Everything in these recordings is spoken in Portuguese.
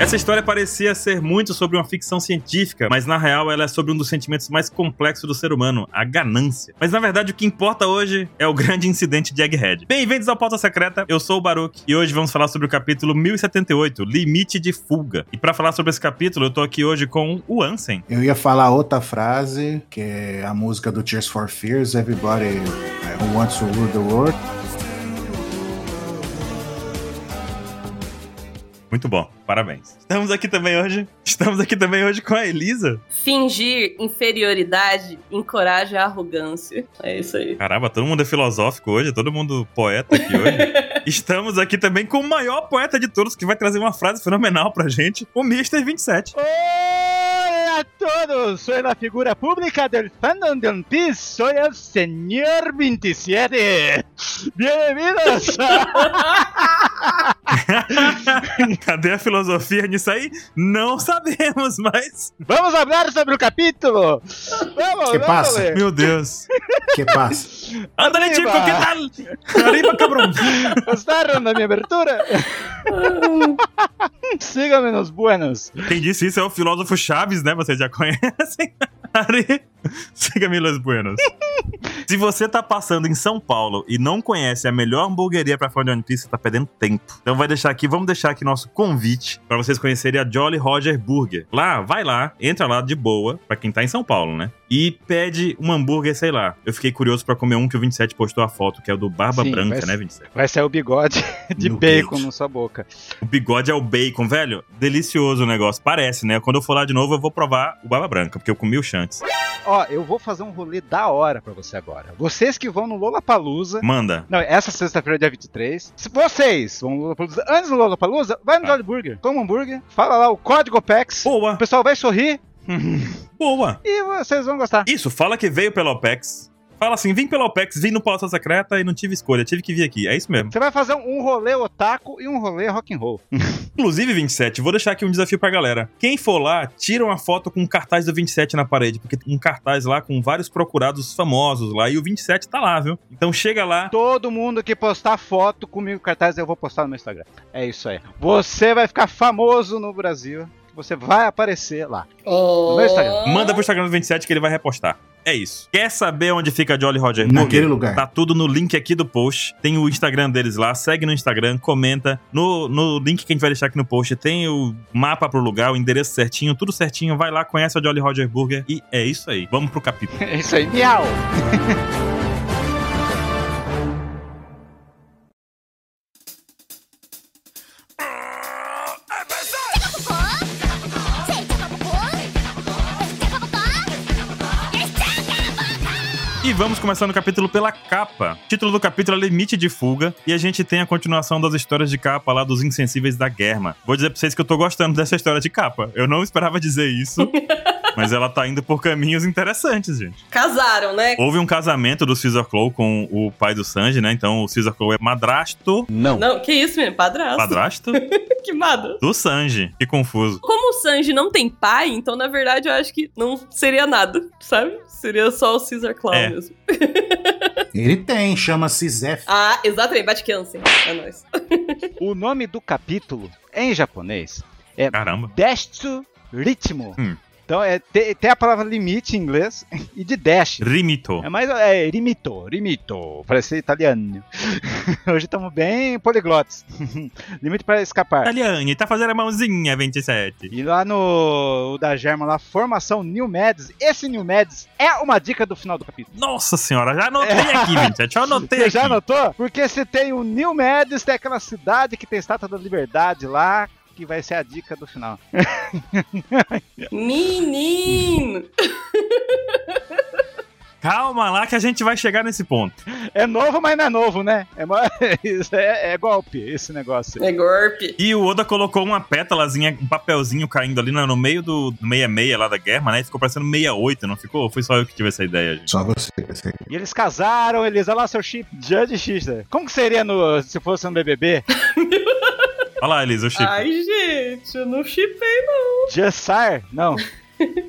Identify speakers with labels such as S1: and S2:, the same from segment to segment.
S1: Essa história parecia ser muito sobre uma ficção científica, mas na real ela é sobre um dos sentimentos mais complexos do ser humano, a ganância. Mas na verdade o que importa hoje é o grande incidente de Egghead. Bem-vindos ao Pauta Secreta, eu sou o Baruch e hoje vamos falar sobre o capítulo 1078, Limite de Fuga. E pra falar sobre esse capítulo, eu tô aqui hoje com o Ansem.
S2: Eu ia falar outra frase, que é a música do Tears for Fears, Everybody eh, Who Wants to Rule the World.
S1: Muito bom, parabéns. Estamos aqui também hoje. Estamos aqui também hoje com a Elisa.
S3: Fingir inferioridade encoraja a arrogância. É isso aí.
S1: Caramba, todo mundo é filosófico hoje, todo mundo poeta aqui hoje. Estamos aqui também com o maior poeta de todos, que vai trazer uma frase fenomenal pra gente, o Mr. 27.
S4: Hola a todos, soy la figura pública del fandom de One Piece, soy el señor 27. Bienvenidos a...
S1: Cadê a filosofia nisso aí? Não sabemos, mas.
S4: Vamos hablar sobre o capítulo. Vamos,
S2: Que
S4: vamos
S2: passa?
S4: ler.
S1: Meu Deus.
S2: Que passa?
S1: Anda, Letico, que tal? Arriba, cabrão.
S4: Gostaram da minha abertura?
S3: Ah.
S4: Siga-me nos buenos.
S1: Quem disse isso é o filósofo Chaves, né? Vocês já conhecem. Ari, siga-me, Los Buenos. Se você tá passando em São Paulo e não conhece a melhor hamburgueria pra fã de One Piece, você tá perdendo tempo. Então vai deixar aqui, vamos deixar aqui nosso convite pra vocês conhecerem a Jolly Roger Burger. Lá, vai lá, entra lá de boa, pra quem tá em São Paulo, né? E pede um hambúrguer, sei lá. Eu fiquei curioso pra comer um que o 27 postou a foto, que é o do Barba
S4: Sim,
S1: Branca,
S4: mas-
S1: né, 27?
S4: Vai sair o bigode de
S2: Meu
S4: bacon
S2: Deus.
S4: na sua boca.
S1: O bigode é o bacon, velho. Delicioso o negócio. Parece, né? Quando eu for lá de novo, eu vou provar o Barba Branca, porque eu comi o Shanks.
S4: Ó, eu vou fazer um rolê da hora pra você agora. Vocês que vão no Lollapalooza...
S1: Manda.
S4: Não, essa sexta-feira, é dia 23. Se vocês vão no Lollapalooza antes do Lollapalooza, vai no
S1: Tá.
S4: Jolly Burger. Toma um hambúrguer, fala lá o código PEX. O
S1: Boa,
S4: pessoal vai sorrir
S1: boa.
S4: e vocês vão gostar.
S1: Isso, fala que veio pela OPEX. Fala assim, vim pela OPEX, vim no Pauta Secreta e não tive escolha, tive que vir aqui. É isso mesmo.
S4: Você vai fazer um rolê otaku e um rolê rock and roll.
S1: Inclusive, 27, vou deixar aqui um desafio pra galera. Quem for lá, tira uma foto com um cartaz do 27 na parede, porque tem um cartaz lá com vários procurados famosos lá, e o 27 tá lá, viu? Então chega lá.
S4: Todo mundo que postar foto comigo cartaz, eu vou postar no meu Instagram. É isso aí. Você vai ficar famoso no Brasil. Você vai aparecer lá.
S3: Oh.
S4: meu Instagram.
S1: Manda pro Instagram do 27 que ele vai repostar. É isso. Quer saber onde fica a Jolly Roger Burger?
S2: Naquele lugar.
S1: Tá tudo no link aqui do post. Tem o Instagram deles lá. Segue no Instagram, comenta. No, no link que a gente vai deixar aqui no post tem o mapa pro lugar, o endereço certinho, tudo certinho. Vai lá, conhece a Jolly Roger Burger. E é isso aí. Vamos pro capítulo.
S4: É isso aí. Miau!
S1: E vamos começando o capítulo pela capa. O título do capítulo é Limite de Fuga. E a gente tem a continuação das histórias de capa lá dos Insensíveis da Guerra. Vou dizer pra vocês que eu tô gostando dessa história de capa. Eu não esperava dizer isso. Mas ela tá indo por caminhos interessantes, gente.
S3: Casaram, né?
S1: Houve um casamento do Caesar Claw com o pai do Sanji, né? Então o Caesar Claw é madrasto.
S3: Não, que isso, menino? Padrasto.
S1: Padrasto?
S3: Que nada.
S1: Do Sanji. Que confuso.
S3: Como o Sanji não tem pai, então na verdade eu acho que não seria nada, sabe? Seria só o Caesar Clown
S1: É.
S3: mesmo.
S1: Tá.
S2: Ele tem, chama-se Zef.
S3: Ah, exatamente, bate Jansen. É nóis.
S4: O nome do capítulo em japonês
S1: Caramba.
S4: Destro Ritmo.
S1: Hum.
S4: Então é, tem, tem a palavra limite em inglês e de dash.
S1: Rimito.
S4: É mais. É, limito, limito. Parece italiano. Hoje estamos bem poliglotes. limite para escapar.
S1: Italiane, tá fazendo a mãozinha, 27.
S4: E lá no o da Germa, lá, formação New Mads. Esse New Mads é uma dica do final do capítulo.
S1: Nossa senhora, já anotei aqui, 27. Já anotei
S4: Você já
S1: aqui.
S4: notou? Porque você tem o New Mads, tem aquela cidade que tem estátua da liberdade lá, que vai ser a dica do final.
S3: Menino!
S1: Calma lá que a gente vai chegar nesse ponto.
S4: É novo, mas não é novo, né? É, mo- isso é- é golpe, esse negócio.
S3: É golpe.
S1: E o Oda colocou uma pétalazinha, um papelzinho caindo ali no no meio do 66 lá da guerra, né? E ficou parecendo 68, não ficou? Ou foi só eu que tive essa ideia, gente?
S2: Só você. você.
S4: E eles casaram, eles, olha lá seu chip, Judge Xista. Como que seria no, se fosse no BBB?
S1: Olha lá, Elisa, o Chico.
S3: Ai, gente, eu não chipei, não.
S4: Jussar? Não.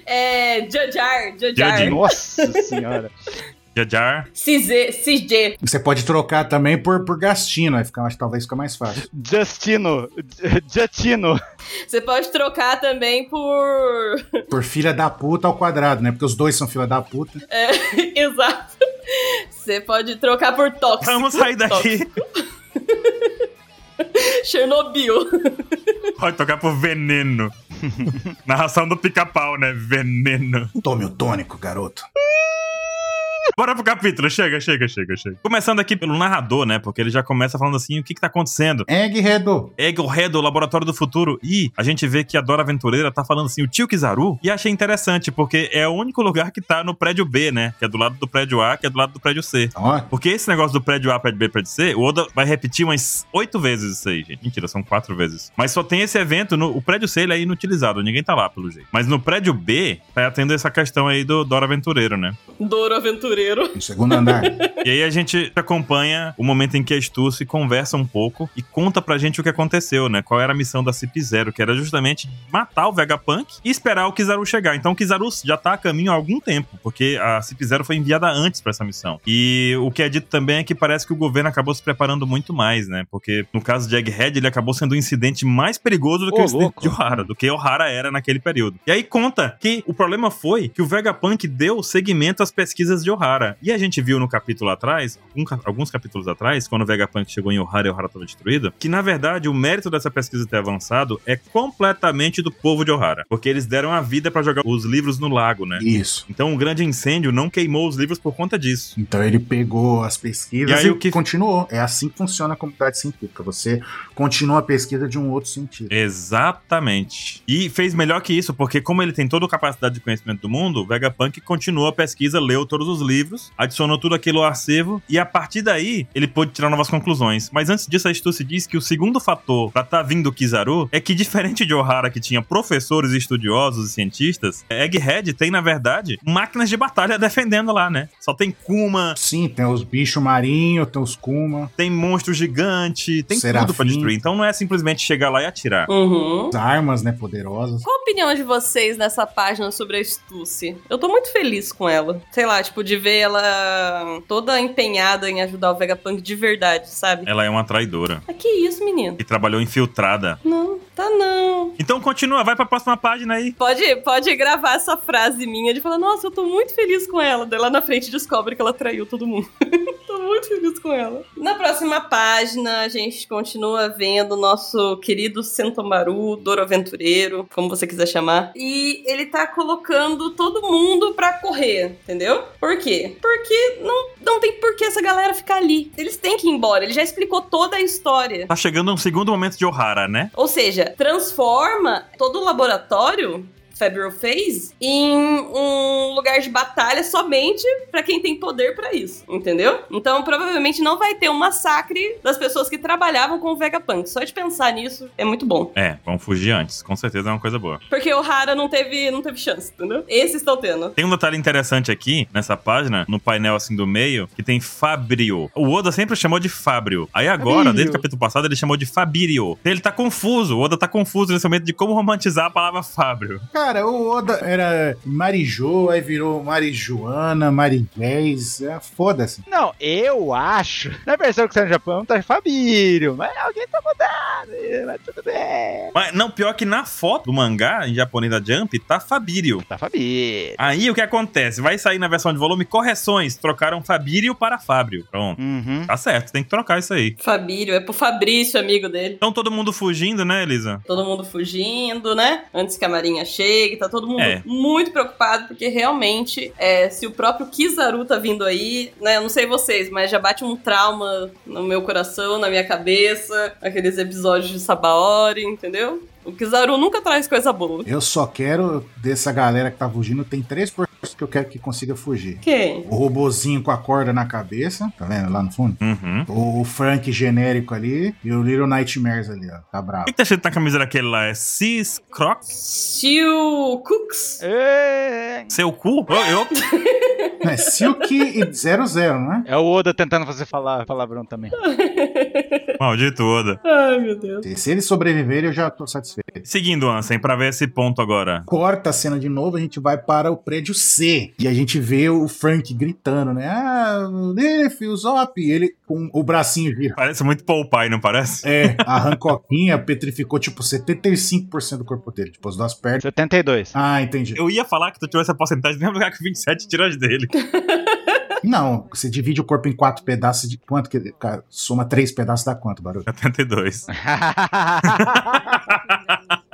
S3: É. Jajar, Jajar.
S1: Judge.
S4: Nossa senhora.
S1: Jajar.
S3: CZ, CG.
S2: E Você pode trocar também por, por Gastino, aí fica, acho que talvez fica mais fácil.
S4: Justino. J- Justino.
S3: Você pode trocar também por.
S2: Por filha da puta ao quadrado, né? Porque os dois são filha da puta.
S3: É, exato. Você pode trocar por tóxico.
S1: Vamos sair daqui.
S3: Chernobyl.
S1: Pode tocar por veneno. Narração do pica-pau, né? Veneno.
S2: Tome o tônico, garoto.
S1: Bora pro capítulo. Chega, chega, chega, chega. Começando aqui pelo narrador, né? Porque ele já começa falando assim: o que que tá acontecendo?
S2: Egghead.
S1: Egghead, o Laboratório do Futuro. E a gente vê que a Dora Aventureira tá falando assim, o tio Kizaru. E achei interessante, porque é o único lugar que tá no prédio B, né? Que é do lado do prédio A, que é do lado do prédio C.
S2: Ó,
S1: Porque esse negócio do prédio A, prédio B, prédio C, o Oda vai repetir umas oito vezes isso aí, gente. Mentira, são quatro vezes. Mas só tem esse evento, no, o prédio C ele é inutilizado, ninguém tá lá, pelo jeito. Mas no prédio B, tá tendo essa questão aí do Dora Aventureiro, né?
S3: Douro aventureiro.
S2: no segundo andar.
S1: E aí a gente acompanha o momento em que a Stu se conversa um pouco e conta pra gente o que aconteceu, né? Qual era a missão da CP0, que era justamente matar o Vegapunk e esperar o Kizaru chegar. Então o Kizaru já tá a caminho há algum tempo, porque a CP0 foi enviada antes pra essa missão. E o que é dito também é que parece que o governo acabou se preparando muito mais, né? Porque no caso de Egghead, ele acabou sendo um incidente mais perigoso do que
S4: Ô,
S1: o incidente
S4: louco.
S1: de Ohara, do que Ohara era naquele período. E aí conta que o problema foi que o Vegapunk deu seguimento às pesquisas de Ohara. E a gente viu no capítulo atrás, um ca- alguns capítulos atrás, quando o Vegapunk chegou em Ohara e Ohara estava destruída, que na verdade o mérito dessa pesquisa ter avançado é completamente do povo de Ohara. Porque eles deram a vida pra jogar os livros no lago, né?
S2: Isso.
S1: Então o grande incêndio não queimou os livros por conta disso.
S2: Então ele pegou as pesquisas
S1: E
S2: e,
S1: aí o que-
S2: continuou. É assim que funciona a comunidade científica. Você continua a pesquisa de um outro sentido.
S1: Exatamente. E fez melhor que isso, porque como ele tem toda a capacidade de conhecimento do mundo, o Vegapunk continuou a pesquisa, leu todos os livros, adicionou tudo aquilo ao acervo, e a partir daí ele pôde tirar novas conclusões. Mas antes disso, a Stussy diz que o segundo fator pra tá vindo o Kizaru é que, diferente de Ohara, que tinha professores, estudiosos e cientistas, Egghead tem, na verdade, máquinas de batalha defendendo lá, né? Só tem Kuma,
S2: Sim, tem os bichos marinhos, tem os Kuma,
S1: tem monstro gigante, tem tudo pra
S2: Serafim.
S1: destruir. Então não é simplesmente chegar lá e atirar.
S3: Uhum.
S2: as armas, né, poderosas.
S3: Qual a opinião de vocês nessa página sobre a Stussy? Eu tô muito feliz com ela. Sei lá, tipo, de ver ela toda empenhada em ajudar o Vegapunk de verdade, sabe?
S1: Ela é uma traidora.
S3: Ah, que isso, menino?
S1: que trabalhou infiltrada.
S3: Não, tá não.
S1: Então continua, vai pra próxima página aí.
S3: Pode, pode gravar essa frase minha de falar, nossa, eu tô muito feliz com ela. Daí lá na frente descobre que ela traiu todo mundo. tô muito feliz com ela. Na próxima página, a gente continua vendo o nosso querido Sentomaru, Doro Aventureiro, como você quiser chamar. E ele tá colocando todo mundo pra correr, entendeu? Por quê? Porque não, não tem por que essa galera ficar ali. Eles têm que ir embora. Ele já explicou toda a história.
S1: Tá chegando um segundo momento de Ohara, né?
S3: Ou seja, transforma todo o laboratório Fabro fez em um lugar de batalha somente pra quem tem poder pra isso, entendeu? Então provavelmente não vai ter um massacre das pessoas que trabalhavam com o Vegapunk. Só de pensar nisso é muito bom.
S1: É, vamos fugir antes. Com certeza é uma coisa boa.
S3: Porque o Hara não teve, não teve chance, entendeu? Esses estão tendo.
S1: Tem um detalhe interessante aqui, nessa página, no painel assim do meio, que tem Fabrio. O Oda sempre chamou de Fabrio. Aí agora,
S4: Fabrio.
S1: desde o capítulo passado, ele chamou de Fabirio. Ele tá confuso, o Oda tá confuso nesse momento de como romantizar a palavra Fábrio.
S2: Cara, o Oda era Marijô, aí virou Marijuana, Marigués, é, foda-se.
S4: Não, eu acho. Na versão que está no Japão tá Fabírio, mas alguém tá mudando, mas tudo bem.
S1: Mas não, pior que na foto do mangá, em japonês da Jump, tá Fabirio.
S4: Tá Fabírio.
S1: Aí o que acontece? Vai sair na versão de volume correções. Trocaram Fabirio para Fábrio. Pronto.
S4: Uhum.
S1: Tá certo, tem que trocar isso aí.
S3: Fabírio, é pro Fabrício, amigo dele.
S1: Então todo mundo fugindo, né, Elisa?
S3: Todo mundo fugindo, né? Antes que a Marinha chegue, tá todo mundo
S1: É.
S3: muito preocupado, porque realmente, é, se o próprio Kizaru tá vindo aí, né? Eu não sei vocês, mas já bate um trauma no meu coração, na minha cabeça, aqueles episódios de Sabaori, entendeu? O Kizaru nunca traz coisa boa.
S2: Eu só quero, dessa galera que tá fugindo, tem 3% que eu quero que consiga fugir.
S3: Quem?
S2: O robozinho com a corda na cabeça, tá vendo lá no fundo?
S1: Uhum.
S2: O Frank genérico ali e o Little Nightmares ali, ó. Tá
S1: O
S2: bravo.
S1: que, que tá escrito na camisa daquele lá? É Cis Crocs?
S3: Steel Cooks?
S4: É...
S1: Seu cu? Eu, eu-
S2: É Silk e 00, não é?
S4: É o Oda tentando fazer falar palavrão também.
S1: Maldito Oda.
S3: Ai, meu Deus.
S2: Se, se eles sobreviverem, eu já tô satisfeito.
S1: Seguindo, Ansem, pra ver esse ponto agora.
S2: Corta a cena de novo, a gente vai para o prédio C. E a gente vê o Frank gritando, né? Ah, Leaf, o Zop. E ele com o bracinho virado.
S1: Parece muito Popeye, não parece?
S2: É, a Hancoquinha petrificou, tipo, 75% do corpo dele. Tipo, as duas pernas.
S4: 72.
S2: Ah, entendi.
S1: Eu ia falar que tu tirou essa porcentagem do mesmo lugar que o 27 tirou as dele.
S2: Não, você divide o corpo em quatro pedaços de quanto que. Cara, soma três pedaços dá quanto, barulho?
S1: 72.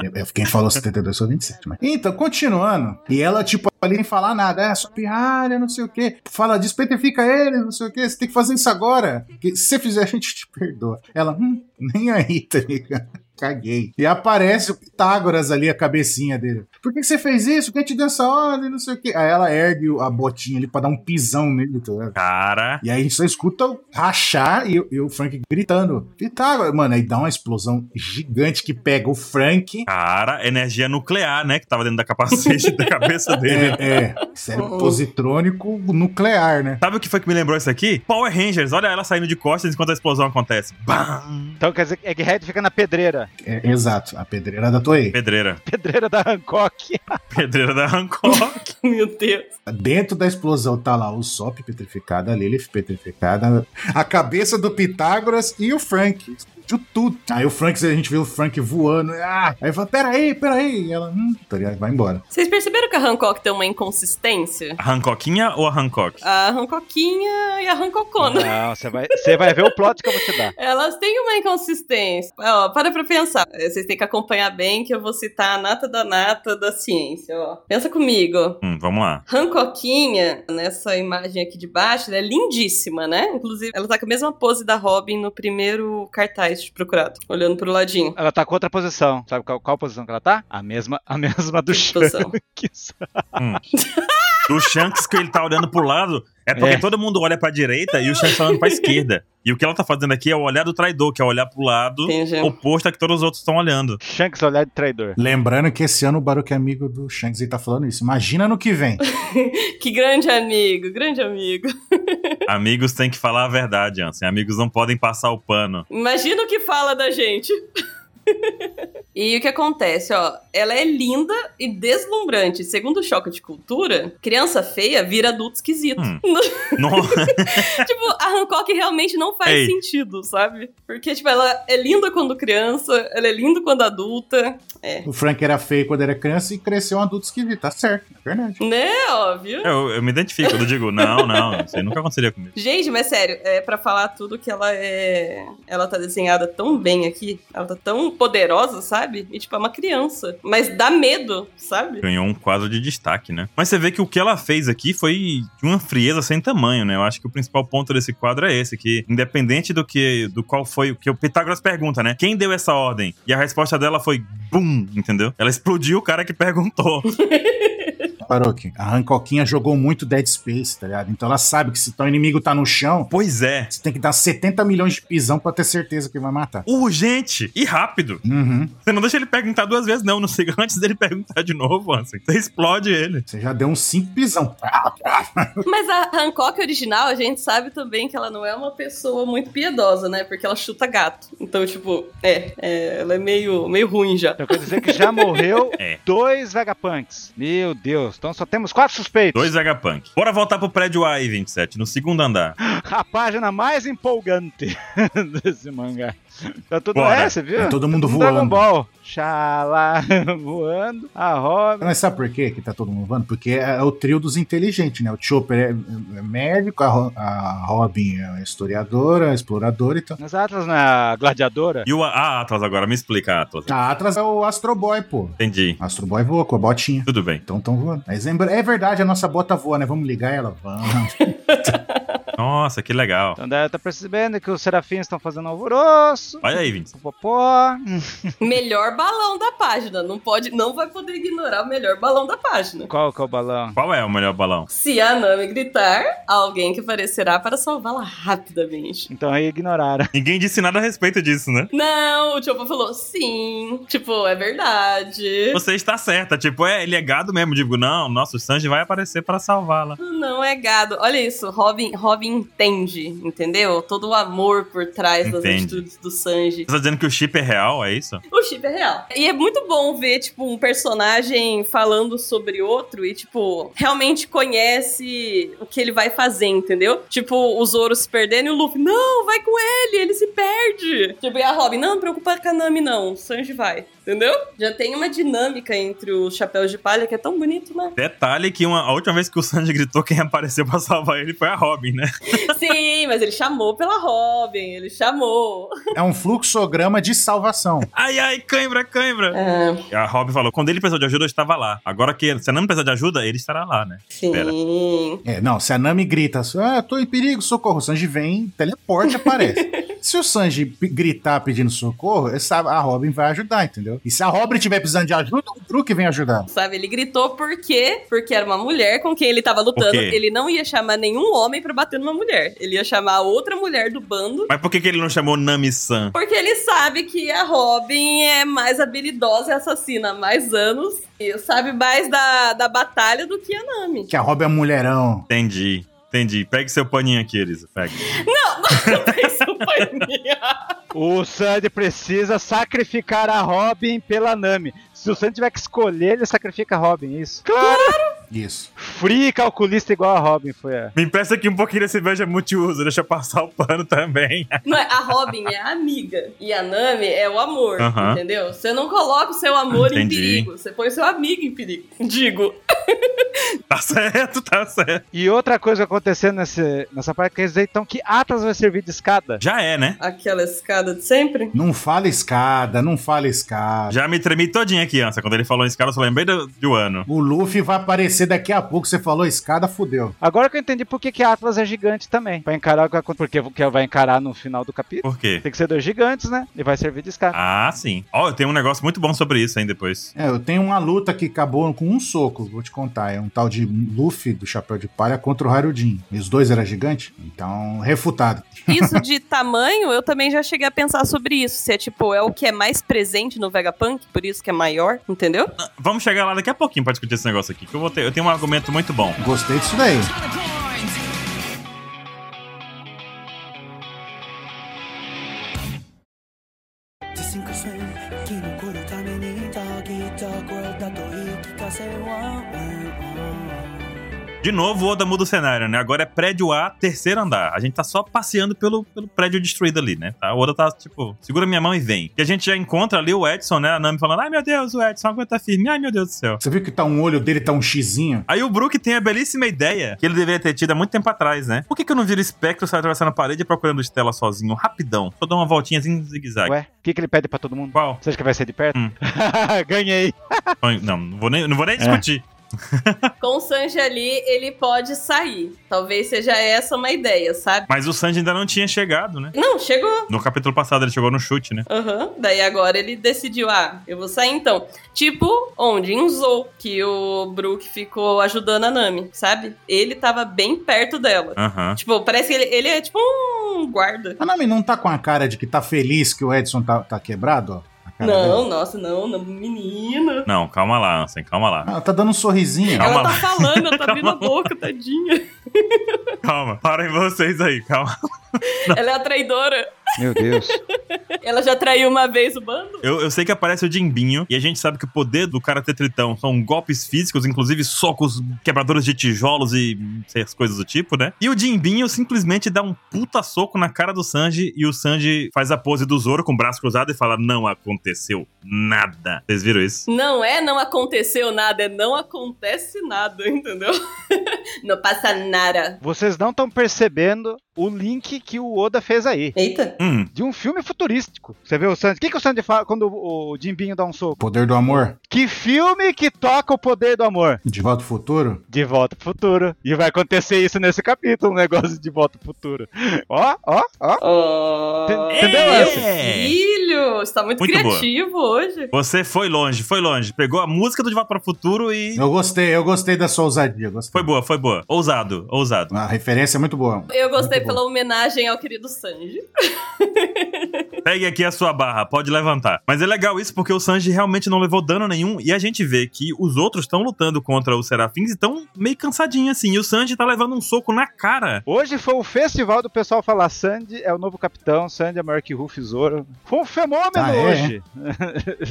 S2: Eu- eu- Quem falou 72 foi 27, mas. Então, continuando. E ela, tipo, ali nem falar nada. É, sua pirralha, não sei o quê. Fala, despetrifica ele, não sei o quê. Você tem que fazer isso agora. Porque se você fizer, a gente te perdoa. Ela, hum, nem aí, tá ligado? Caguei. E aparece o Pitágoras ali, a cabecinha dele. Por que que você fez isso? Quem te deu essa ordem? Não sei o quê. Aí ela ergue o- a botinha ali pra dar um pisão nele, tá ligado?
S1: Cara.
S2: E aí a gente só escuta o rachar e, o- e o Frank gritando. Pitágoras. Mano, aí dá uma explosão gigante que pega o Frank.
S1: Cara, energia nuclear, né? Que tava dentro da capacete da cabeça dele.
S2: É, é. Cérebro positrônico nuclear, né?
S1: Sabe o que foi que me lembrou isso aqui? Power Rangers, olha ela saindo de costas enquanto a explosão acontece. Bam!
S4: Então quer dizer que Egghead fica na pedreira.
S2: É, exato, a pedreira da Toei.
S1: Pedreira.
S4: Pedreira da Hancock.
S1: Pedreira da Hancock.
S3: Meu Deus.
S2: Dentro da explosão tá lá o Sop petrificado, a Lilith petrificada, a cabeça do Pitágoras e o Frank. De tudo. Aí o Frank, a gente vê o Frank voando. Ah! Aí fala: peraí, peraí. E ela, hum, tá ligado? Vai embora.
S3: Vocês perceberam que a Hancock tem uma inconsistência?
S1: A Hancoquinha ou a Hancock?
S3: A Hancoquinha e a Hancocona.
S4: Não, você vai, você vai ver o plot que eu vou te dar.
S3: Elas têm uma inconsistência. Ó, para pra pensar. É, Vocês têm que acompanhar bem que eu vou citar a nata da nata da ciência, ó. Pensa comigo.
S1: Hum, vamos lá.
S3: Hancoquinha, nessa imagem aqui de baixo, ela é lindíssima, né? Inclusive, ela tá com a mesma pose da Robin no primeiro cartaz de procurado, olhando pro ladinho.
S4: Ela tá com outra posição. Sabe qual, qual posição que ela tá? A mesma, a mesma do
S3: Que posição?
S4: Shanks.
S1: O Shanks que ele tá olhando pro lado é porque
S4: É.
S1: todo mundo olha pra direita e o Shanks tá olhando pra esquerda. E o que ela tá fazendo aqui é o olhar do traidor, que é olhar pro lado
S3: Entendi.
S1: oposto a que todos os outros estão olhando.
S4: Shanks olhar de traidor.
S2: Lembrando que esse ano o Baruch é amigo do Shanks e tá falando isso. Imagina no que vem.
S3: Que grande amigo, grande amigo.
S1: Amigos têm que falar a verdade, Ansem. Amigos não podem passar o pano.
S3: Imagina o que fala da gente. e o que acontece, ó? Ela é linda e deslumbrante. Segundo o choque de cultura, criança feia vira adulto esquisito.
S1: Hum. Nossa,
S3: tipo, a Hancock realmente não faz
S1: Ei.
S3: sentido, sabe? Porque, tipo, ela é linda quando criança, ela é linda quando adulta,
S2: O Frank era feio quando era criança e cresceu um adulto esquisito. Tá certo, é verdade.
S3: né? Óbvio.
S1: eu, eu me identifico. Eu digo, não, não, isso aí nunca aconteceria comigo.
S3: Gente, mas sério, é para falar tudo que ela é. Ela tá desenhada tão bem aqui, ela tá tão poderosa, sabe? E, tipo, é uma criança. Mas dá medo, sabe?
S1: Ganhou um quadro de destaque, né? Mas você vê que o que ela fez aqui foi de uma frieza sem tamanho, né? Eu acho que o principal ponto desse quadro é esse, que independente do que do qual foi o que o Pitágoras pergunta, né? Quem deu essa ordem? E a resposta dela foi bum, entendeu? Ela explodiu o cara que perguntou.
S2: Parou aqui. A Hancoquinha jogou muito Dead Space, tá ligado? Então ela sabe que se teu inimigo tá no chão,
S1: pois é.
S2: você tem que dar 70 milhões de pisão pra ter certeza que vai matar.
S1: Urgente e rápido.
S2: Uhum.
S1: Você não deixa ele perguntar duas vezes, não. Não sei antes dele perguntar de novo, assim. Você explode ele.
S2: Você já deu uns 5 pisão. Ah,
S3: Mas a Hancock original, a gente sabe também que ela não é uma pessoa muito piedosa, né? Porque ela chuta gato. Então, tipo, é, é, ela é meio, meio ruim já.
S4: Então quer dizer que já morreu
S1: É.
S4: dois Vegapunks. Meu Deus, então só temos quatro suspeitos.
S1: Dois Vegapunk. Bora voltar pro prédio A aí, 27, no segundo andar.
S4: A página mais empolgante desse mangá. Tá tudo
S1: Bora.
S4: é, você viu?
S2: Tá todo mundo
S4: Dragon
S2: voando.
S4: Ball. Xalá voando. A Robin.
S2: Mas sabe por quê que tá todo mundo voando? Porque é o trio dos inteligentes, né? O Chopper é, é médico, a, Ro- a Robin é historiadora, exploradora então e tal.
S4: Mas a Atlas na gladiadora.
S1: E o A, ah, Atlas agora, me explica, Atlas.
S2: A Atlas é o Astro Boy, pô.
S1: Entendi.
S2: Astro Boy voa com a botinha.
S1: Tudo bem.
S2: Então tão voando. Mas lembra, é verdade, a nossa bota voa, né? Vamos ligar ela? Vamos.
S1: Nossa, que legal.
S4: Então daí tá percebendo que os serafins estão fazendo alvoroço.
S1: Olha aí, Vinci.
S4: Popopó. Hum,
S3: Melhor balão da página. Não pode, não vai poder ignorar o melhor balão da página.
S4: Qual que é o balão?
S1: Qual é o melhor balão?
S3: Se a Nami gritar, alguém que aparecerá para salvá-la rapidamente.
S4: Então aí ignoraram.
S1: Ninguém disse nada a respeito disso, né?
S3: Não, o Chopa falou sim. Tipo, é verdade.
S1: Você está certa, tipo, é, ele é gado mesmo. Digo, não, nosso Sanji vai aparecer pra salvá-la.
S3: Não é gado. Olha isso, Robin, Robin entende, entendeu? Todo o amor por trás das
S1: Entende.
S3: atitudes do Sanji.
S1: Você tá dizendo que o chip é real, é isso?
S3: O chip é real. E é muito bom ver, tipo, um personagem falando sobre outro e, tipo, realmente conhece o que ele vai fazer, entendeu? Tipo, o Zoro se perdendo e o Luffy, não, vai com ele, ele se perde. Tipo, e a Robin, não, não preocupa com a Nami, não, o Sanji vai, entendeu? Já tem uma dinâmica entre os chapéus de palha que é tão bonito, né?
S1: Detalhe que uma- a última vez que o Sanji gritou, quem apareceu pra salvar ele foi a Robin, né?
S3: Sim, mas ele chamou pela Robin, ele chamou.
S2: É um fluxograma de salvação.
S1: Ai, ai, cãibra, cãibra.
S3: Ah,
S1: E A Robin falou, quando ele precisou de ajuda, eu estava lá. Agora que se não precisar de ajuda, ele estará lá, né?
S3: sim.
S1: Pera.
S2: É, não, se a Nami grita, ah, eu tô em perigo, socorro, o Sanji vem, teleporte, aparece. se o Sanji p- gritar pedindo socorro, essa, a Robin vai ajudar, entendeu? E se a Robin tiver precisando de ajuda, o Brook vem ajudar.
S3: Sabe, ele gritou por quê? Porque era uma mulher com quem ele tava lutando.
S1: Por quê?
S3: Ele não ia chamar nenhum homem pra bater numa mulher. Ele ia chamar outra mulher do bando.
S1: Mas por que, que ele não chamou Nami-san?
S3: Porque ele sabe que a Robin é mais habilidosa e assassina há mais anos. E sabe mais da, da batalha do que a Nami.
S2: Que a Robin é mulherão.
S1: Entendi, entendi. Pegue seu paninho aqui, Elisa, pega.
S3: Não, não tem companhia.
S4: O Sandy precisa sacrificar a Robin pela Nami. Se o Sandy tiver que escolher, ele sacrifica a Robin, é isso. Claro!
S2: Isso.
S4: Free calculista igual a Robin foi é. a.
S1: Me empresta aqui um pouquinho desse veja multiuso, deixa eu passar o pano também.
S3: Não é, a Robin é a amiga. E a Nami é o amor,
S1: Aham.
S3: entendeu? Você não coloca o seu amor em
S1: Entendi.
S3: perigo. Você põe o seu amigo em perigo. Digo.
S1: Tá certo, tá certo.
S4: E outra coisa acontecendo nesse, nessa parte que eles dizem então que Atlas vai servir de escada.
S1: Já é, né?
S3: Aquela escada de sempre.
S2: Não fala escada, não fala escada.
S1: Já me tremi todinha aqui, Ansa. Quando ele falou isso, cara, eu só lembrei do, do ano.
S2: O Luffy vai aparecer daqui a pouco. Você falou escada, fudeu.
S4: Agora que eu entendi por que, que Atlas é gigante também. Vai encarar o que acon- porque que vai encarar no final do capítulo.
S1: Por quê?
S4: Tem que ser dois gigantes, né? E vai servir de escada.
S1: Ah, sim. Ó, eu tenho um negócio muito bom sobre isso aí depois.
S2: É, eu tenho uma luta que acabou com um soco, vou te contar. É um tal de Luffy do Chapéu de Palha contra o Harudin. E os dois eram gigantes, então refutado.
S3: Isso de tamanho, eu também já cheguei a pensar sobre isso. Se é tipo, é o que é mais presente no Vegapunk, por isso que é maior, entendeu?
S1: Ah, Vamos chegar lá daqui a pouquinho pra discutir esse negócio aqui, que eu, vou ter, eu tenho um argumento muito bom.
S2: Gostei disso daí.
S1: De novo, o Oda muda o cenário, né? Agora é prédio A, terceiro andar. A gente tá só passeando pelo, pelo prédio destruído ali, né? Tá? O Oda tá, tipo, segura minha mão e vem. E a gente já encontra ali o Edson, né? A Nami falando, ai meu Deus, o Edson aguenta firme, ai meu Deus do céu.
S2: Você viu que tá um olho dele, tá um xizinho?
S1: Aí o Brook tem a belíssima ideia que ele deveria ter tido há muito tempo atrás, né? Por que, que eu não viro espectro, saio atravessando a parede e procurando Estela sozinho, rapidão? Só dou uma voltinha assim, zigue-zague.
S4: Ué, o que, que ele pede pra todo mundo?
S1: Qual?
S4: Você acha que vai ser de perto?
S1: Hum.
S4: Ganhei.
S1: Não, não vou nem, não vou nem discutir.
S3: Com o Sanji ali, ele pode sair. Talvez seja essa uma ideia, sabe?
S1: Mas o Sanji ainda não tinha chegado, né?
S3: Não, chegou.
S1: No capítulo passado ele chegou no chute, né?
S3: Aham. Daí agora ele decidiu, ah, eu vou sair então. Tipo, onde? Em Zou, que o Brook ficou ajudando a Nami, sabe? Ele tava bem perto dela.
S1: Aham.
S3: Tipo, parece que ele, ele é tipo um guarda.
S2: A Nami não tá com a cara de que tá feliz que o Edson tá, tá quebrado, ó. A cara dela.
S3: Não, nossa, não, não, menina.
S1: Não, calma lá, Ansem, calma lá.
S2: Ela tá dando um sorrisinho.
S1: Calma
S3: Ela tá
S1: lá.
S3: falando, ela tá abrindo a boca, tadinha.
S1: Calma, parem vocês aí, calma.
S3: Ela é a traidora.
S4: Meu Deus.
S3: Ela já traiu uma vez o bando.
S1: Eu, eu sei que aparece o Jimbinho e a gente sabe que o poder do Karate Tritão são golpes físicos, inclusive socos, quebradores de tijolos e essas coisas do tipo, né? E o Jimbinho simplesmente dá um puta soco na cara do Sanji e o Sanji faz a pose do Zoro com o braço cruzado e fala: Não aconteceu nada. Vocês viram isso?
S3: Não é não aconteceu nada, é não acontece nada, entendeu? não passa nada.
S4: Vocês não estão percebendo o link que o Oda fez aí.
S3: Eita.
S1: Hum,
S4: De um filme futurístico. Você vê o Sandy. O que, que o Sandy fala quando o o Jimbinho dá um soco?
S2: Poder do amor,
S4: Que filme que toca o poder do amor?
S2: de volta ao futuro.
S4: De volta pro futuro. E vai acontecer isso nesse capítulo, o negócio de volta pro futuro. Ó, ó, ó.
S3: Oh,
S4: Ent- entendeu
S3: meu
S4: essa?
S3: filho, está muito,
S1: Muito boa.
S3: criativo hoje.
S1: você foi longe, foi longe. Pegou a música do De Volta para o Futuro e.
S2: Eu gostei, eu gostei da sua ousadia. Gostei.
S1: Foi boa, foi boa. Ousado, ousado.
S2: A referência é muito boa.
S3: Eu gostei
S2: Muito bom.
S3: pela homenagem ao querido Sanji.
S1: Pegue aqui a sua barra, pode levantar. Mas é legal isso porque o Sanji realmente não levou dano nenhum e a gente vê que os outros estão lutando contra os Serafins e estão meio cansadinhos assim. E o Sanji tá levando um soco na cara.
S4: Hoje foi o festival do pessoal falar Sandy é o novo capitão, Sandy é maior que Ruff Zoro. Foi um fenômeno
S2: Ah, é?
S4: hoje.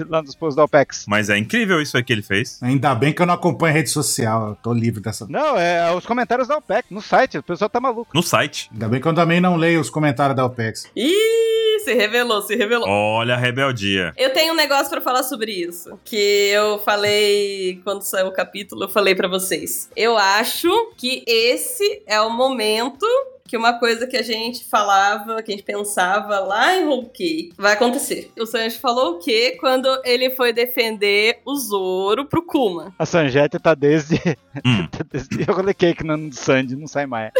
S4: Lá nos postos da OPEX.
S1: Mas é incrível isso aí que ele fez.
S2: Ainda bem que eu não acompanho rede social, eu tô livre dessa.
S4: Não, é os comentários da OPEX no site, o pessoal tá maluco.
S1: No site.
S2: Ainda bem que eu também não leio os comentários da OPEX.
S3: Ih, se revelou, se revelou.
S1: Olha a rebeldia.
S3: Eu tenho um negócio pra falar sobre isso, que eu falei quando saiu o capítulo, eu falei pra vocês. Eu acho que esse é o momento que uma coisa que a gente falava, que a gente pensava lá em Whole Cake, vai acontecer. O Sanji falou o quê quando ele foi defender o Zoro pro Kuma?
S4: A Sanjete tá desde.
S1: Hum.
S4: tá desde eu coloquei que no Sandy não sai mais.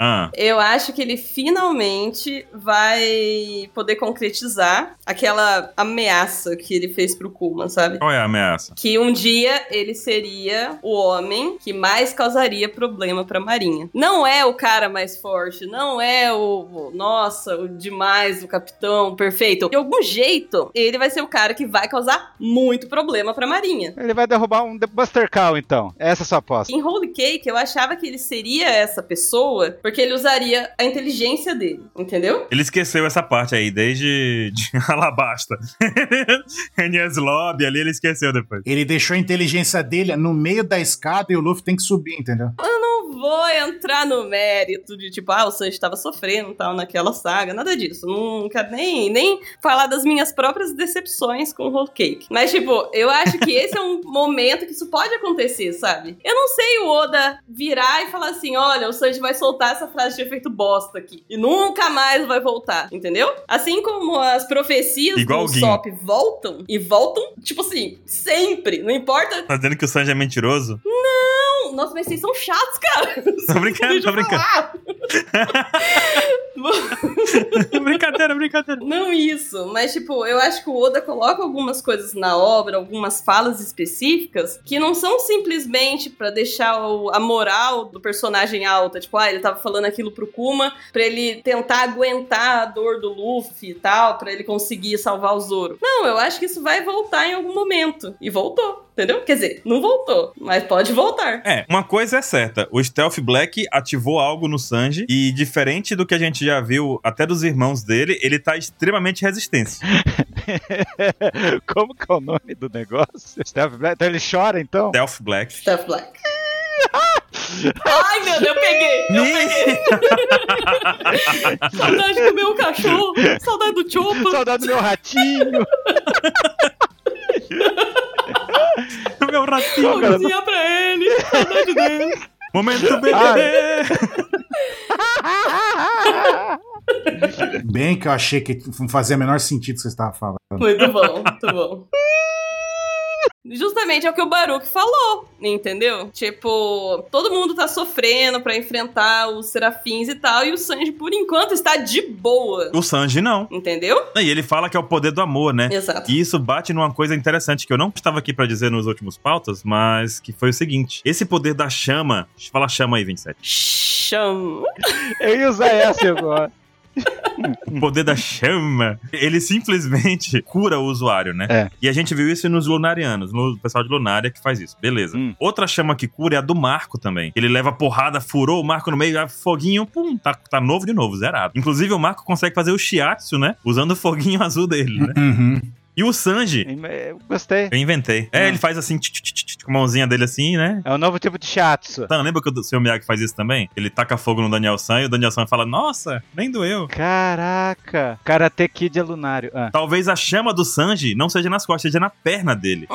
S1: Ah.
S3: Eu acho que ele finalmente vai poder concretizar aquela ameaça que ele fez pro Kuma, sabe?
S1: Qual é a ameaça?
S3: que um dia ele seria o homem que mais causaria problema pra Marinha. Não é o cara mais forte, não é o, o- nossa, o demais, o capitão perfeito. De algum jeito, ele vai ser o cara que vai causar muito problema pra Marinha.
S4: Ele vai derrubar um The Buster Call, então. Essa é a sua aposta.
S3: Em Holy Cake, eu achava que ele seria essa pessoa porque ele usaria a inteligência dele, entendeu?
S1: Ele esqueceu essa parte aí, desde de Alabasta. NS Lobby ali, ele esqueceu depois.
S2: Ele deixou a inteligência dele no meio da escada e o Luffy tem que subir, entendeu?
S3: não vou entrar no mérito de tipo, ah, o Sanji estava sofrendo tal naquela saga, nada disso. Não quero nem, nem falar das minhas próprias decepções com o Whole Cake. Mas, tipo, eu acho que esse é um momento que isso pode acontecer, sabe? Eu não sei o Oda virar e falar assim: olha, o Sanji vai soltar essa frase de efeito bosta aqui e nunca mais vai voltar, entendeu? Assim como as profecias
S1: Igual o
S3: do
S1: Gin.
S3: Sop voltam e voltam, tipo assim, sempre, não importa.
S1: Tá dizendo que o Sanji é mentiroso?
S3: Não, nossa, mas vocês são chatos, cara.
S1: Tô brincando,
S3: Deixa
S1: tô
S3: eu
S1: brincando.
S3: falar.
S1: brincadeira, brincadeira.
S3: Não isso, mas tipo, eu acho que o Oda coloca algumas coisas na obra, algumas falas específicas, que não são simplesmente pra deixar o- a moral do personagem alta, tipo, ah, ele tava falando aquilo pro Kuma pra ele tentar aguentar a dor do Luffy e tal, pra ele conseguir salvar o Zoro. Não, eu acho que isso vai voltar em algum momento. E voltou, entendeu? Quer dizer, não voltou, mas pode voltar.
S1: É, uma coisa é certa, o Stealth Black ativou algo no Sanji e diferente do que a gente já viu até dos irmãos dele, ele tá extremamente resistente.
S4: Como que é o nome do negócio? Steph Black. Então ele chora, então?
S1: Stealth Black.
S3: Stuff Black. Ai, meu Deus, eu peguei! Eu peguei! Saudade do meu cachorro! Saudade do Chopa!
S4: Saudade do meu ratinho.
S1: Meu ratinho.
S4: cara.
S3: Cozinha pra ele! Saudade dele!
S1: Momento bebê.
S2: Bem que eu achei que não fazia o menor sentido o que você estava falando.
S3: Muito tá bom, muito bom. Justamente é o que o Baruch falou, entendeu? Tipo, todo mundo tá sofrendo pra enfrentar os serafins e tal, e o Sanji, por enquanto, está de boa.
S1: O Sanji não.
S3: Entendeu?
S1: E ele fala que é o poder do amor, né?
S3: Exato.
S1: E isso bate numa coisa interessante que eu não estava aqui pra dizer nos últimos pautas, mas que foi o seguinte: esse poder da chama. Fala chama aí, 27.
S3: Chama.
S4: Eu ia usar essa agora.
S1: O poder da chama, ele simplesmente cura o usuário, né?
S4: É.
S1: E a gente viu isso nos lunarianos, no pessoal de lunária que faz isso. Beleza.
S4: Hum.
S1: Outra chama que cura é a do Marco também. Ele leva porrada, furou o Marco no meio, aí foguinho, pum, tá, tá novo de novo, zerado. Inclusive o Marco consegue fazer o shiatsu, né? Usando o foguinho azul dele, né?
S2: Uhum.
S1: E o Sanji,
S4: Eu Gostei.
S1: eu inventei. É,
S4: Hum.
S1: ele faz assim, tch, tch, tch, tch, com a mãozinha dele assim, né?
S4: É um novo tipo de shiatsu.
S1: Então, lembra que o seu Miyagi faz isso também? Ele taca fogo no Daniel San e o Daniel San fala, nossa, nem doeu.
S4: Caraca. Karate Kid é lunário. Ah.
S1: Talvez a chama do Sanji não seja nas costas, seja na perna dele.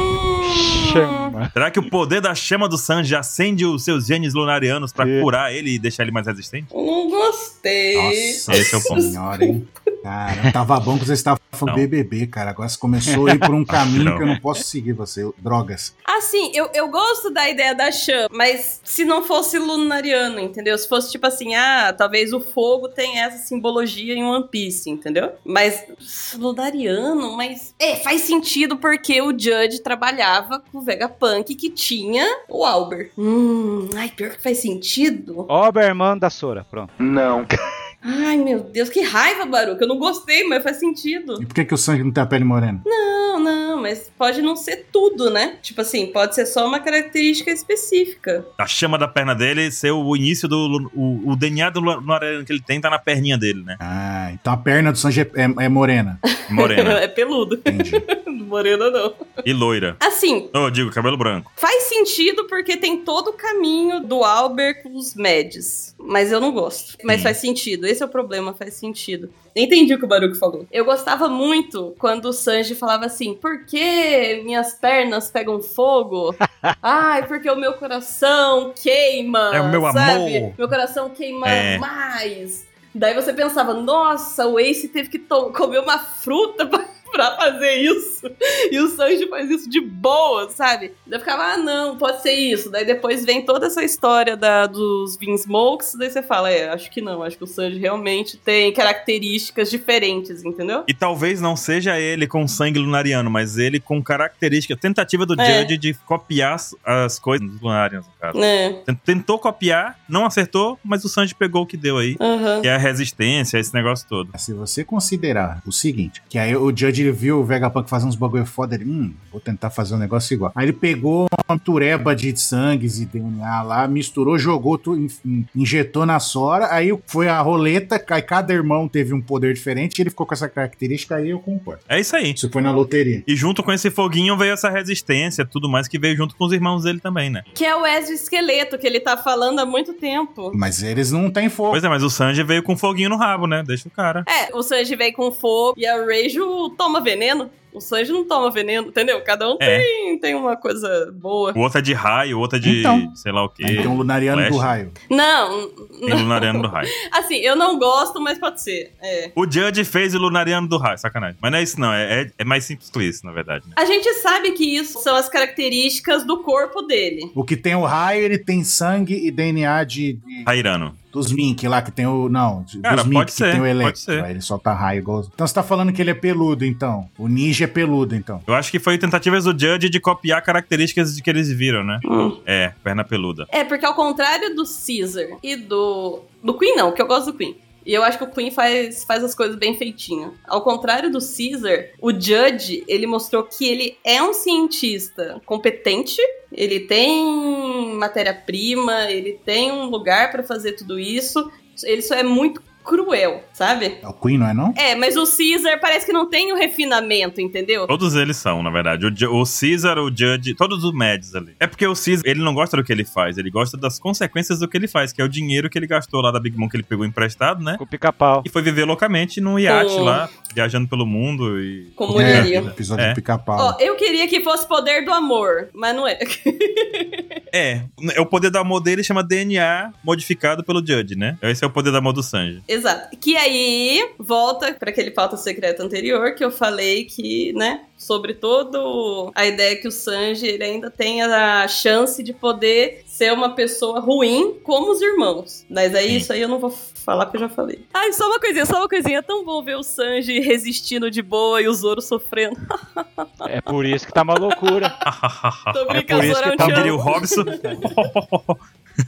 S3: Hum.
S4: Chama.
S1: Será que o poder da chama do Sanji acende os seus genes lunarianos pra
S4: É.
S1: curar ele e deixar ele mais resistente?
S3: Não gostei.
S2: Nossa
S1: Esse é o ponto.
S2: senhora, hein? Cara, tava bom que você estava falando
S1: Não.
S2: BBB, cara. Agora você começou a ir por um caminho
S1: Não.
S2: que eu não posso seguir você. Drogas.
S3: Assim, eu, eu gosto da ideia da chama, mas se não fosse lunariano, entendeu? Se fosse tipo assim, ah, talvez o fogo tenha essa simbologia em One Piece, entendeu? Mas pss, lunariano, mas é, faz sentido porque o Judge trabalhava com o Vegapunk que tinha o Albert. Hum, ai, pior que faz sentido.
S4: Oberman da Sora. Pronto.
S5: Não.
S3: Ai, meu Deus, que raiva, Baruca. Eu não gostei, mas faz sentido.
S2: E por que, que o sangue não tem a pele morena?
S3: Não, não, mas pode não ser tudo, né? Tipo assim, pode ser só uma característica específica.
S1: A chama da perna dele ser o início do. lu- O, o DNA do lu- Lunariano que ele tem tá na perninha dele, né?
S2: Ah, então a perna do Sanji é, é- é morena.
S1: Morena.
S3: é peludo.
S2: Entendi.
S3: Morena não.
S1: e loira.
S3: Assim,
S1: Não, eu digo, cabelo branco.
S3: faz sentido porque tem todo o caminho do Albert com os Meds. Mas eu não gosto. Mas
S1: Sim.
S3: faz sentido. Esse é o problema, faz sentido. Entendi o que o Baruco falou. Eu gostava muito quando o Sanji falava assim: por que minhas pernas pegam fogo? Ai, porque o meu coração queima.
S1: É o meu
S3: sabe?
S1: amor.
S3: Meu coração queima
S1: É.
S3: mais. Daí você pensava, nossa, o Ace teve que to- comer uma fruta pra, pra fazer isso. E o Sanji faz isso de boa, sabe? Daí eu ficava, ah, não, pode ser isso. Daí depois vem toda essa história da, dos Smokes, daí você fala, é, acho que não, acho que o Sanji realmente tem características diferentes, entendeu?
S1: E talvez não seja ele com sangue lunariano, mas ele com característica. Tentativa do
S3: É.
S1: Judge de copiar as, as coisas dos lunarianos, no caso.
S3: É.
S1: Tent- Tentou copiar, não acertou, mas o Sanji pegou o que deu aí.
S3: Aham.
S1: Que é a resistência, esse negócio todo.
S2: Se você considerar o seguinte, que aí o Judge ele viu o Vegapunk fazer uns bagulho foda, ele, hum, vou tentar fazer um negócio igual. Aí ele pegou uma tureba de sangues e DNA lá, misturou, jogou, tu- in- in- injetou na Sora, aí foi a roleta, aí cada irmão teve um poder diferente e ele ficou com essa característica, aí eu concordo.
S1: É isso aí.
S2: Isso foi na loteria.
S1: E junto com esse foguinho veio essa resistência, tudo mais que veio junto com os irmãos dele também, né?
S3: Que é o exoesqueleto que ele tá falando há muito tempo.
S2: Mas eles não têm fogo.
S1: Pois é, mas o Sanji veio com foguinho no rabo, né? Deixa o cara.
S3: É, o Sanji vem com fogo e a Reijo toma veneno. O Sanji não toma veneno, entendeu? Cada um
S1: É.
S3: tem, tem uma coisa boa.
S1: O outro é de raio, o outro é de
S2: Então.
S1: sei lá o quê.
S2: Aí tem um lunariano do
S1: Flash.
S2: raio.
S3: Não,
S1: Tem o Lunariano do Raio.
S3: assim, eu não gosto, mas pode ser. É.
S1: O Judge fez o Lunariano do Raio, sacanagem. Mas não é isso, não. É, é- é mais simples que isso, na verdade. Né?
S3: A gente sabe que isso são as características do corpo dele.
S2: O que tem o raio, ele tem sangue e DNA de, de-
S1: Rairano.
S2: dos Mink lá, que tem o. Não, de-
S1: Cara,
S2: dos Mink,
S1: pode
S2: que
S1: ser,
S2: tem o
S1: pode
S2: elétrico.
S1: ser.
S2: Aí ele solta raio igual. Então você tá falando que ele é peludo, então. O ninja é peludo, então.
S1: Eu acho que foi tentativas do Judge de copiar características de que eles viram, né? É, perna peluda.
S3: É, porque ao contrário do Caesar e do. Do Queen, não, que eu gosto do Queen. E eu acho que o Queen faz, faz as coisas bem feitinho. Ao contrário do Caesar, o Judge, ele mostrou que ele é um cientista competente, ele tem matéria-prima, ele tem um lugar pra fazer tudo isso. Ele só é muito cruel, sabe?
S2: É o Queen, não é não?
S3: É, mas o Caesar parece que não tem o refinamento, entendeu?
S1: Todos eles são, na verdade. O, Ju- o Caesar, o Judge, todos os Mads ali. É porque o Caesar, ele não gosta do que ele faz, ele gosta das consequências do que ele faz, que é o dinheiro que ele gastou lá da Big Mom que ele pegou emprestado, né?
S4: Com o pica-pau.
S1: E foi viver loucamente num iate
S3: Com-
S1: lá, viajando pelo mundo e.
S3: Como
S2: É,
S3: diria.
S2: episódio
S1: É.
S2: do pica-pau.
S3: Ó, eu queria que fosse poder do amor, mas não é.
S1: É, é o poder do amor dele chama DNA modificado pelo Judge, né? Esse é o poder do amor do Sanji.
S3: Exato. Que aí volta pra aquele pauta secreta anterior que eu falei que, né, sobre todo a ideia que o Sanji ele ainda tem a chance de poder ser uma pessoa ruim como os irmãos. Mas aí
S1: Sim.
S3: isso aí eu não vou falar porque eu já falei. Ai, só uma coisinha, só uma coisinha. É tão bom ver o Sanji resistindo de boa e o Zoro sofrendo.
S4: É por isso que tá uma loucura.
S3: Tô
S4: É
S3: brincando, um
S4: por isso
S3: Zorão, te
S4: que tá
S1: Como
S3: amo.
S1: diria o Robson.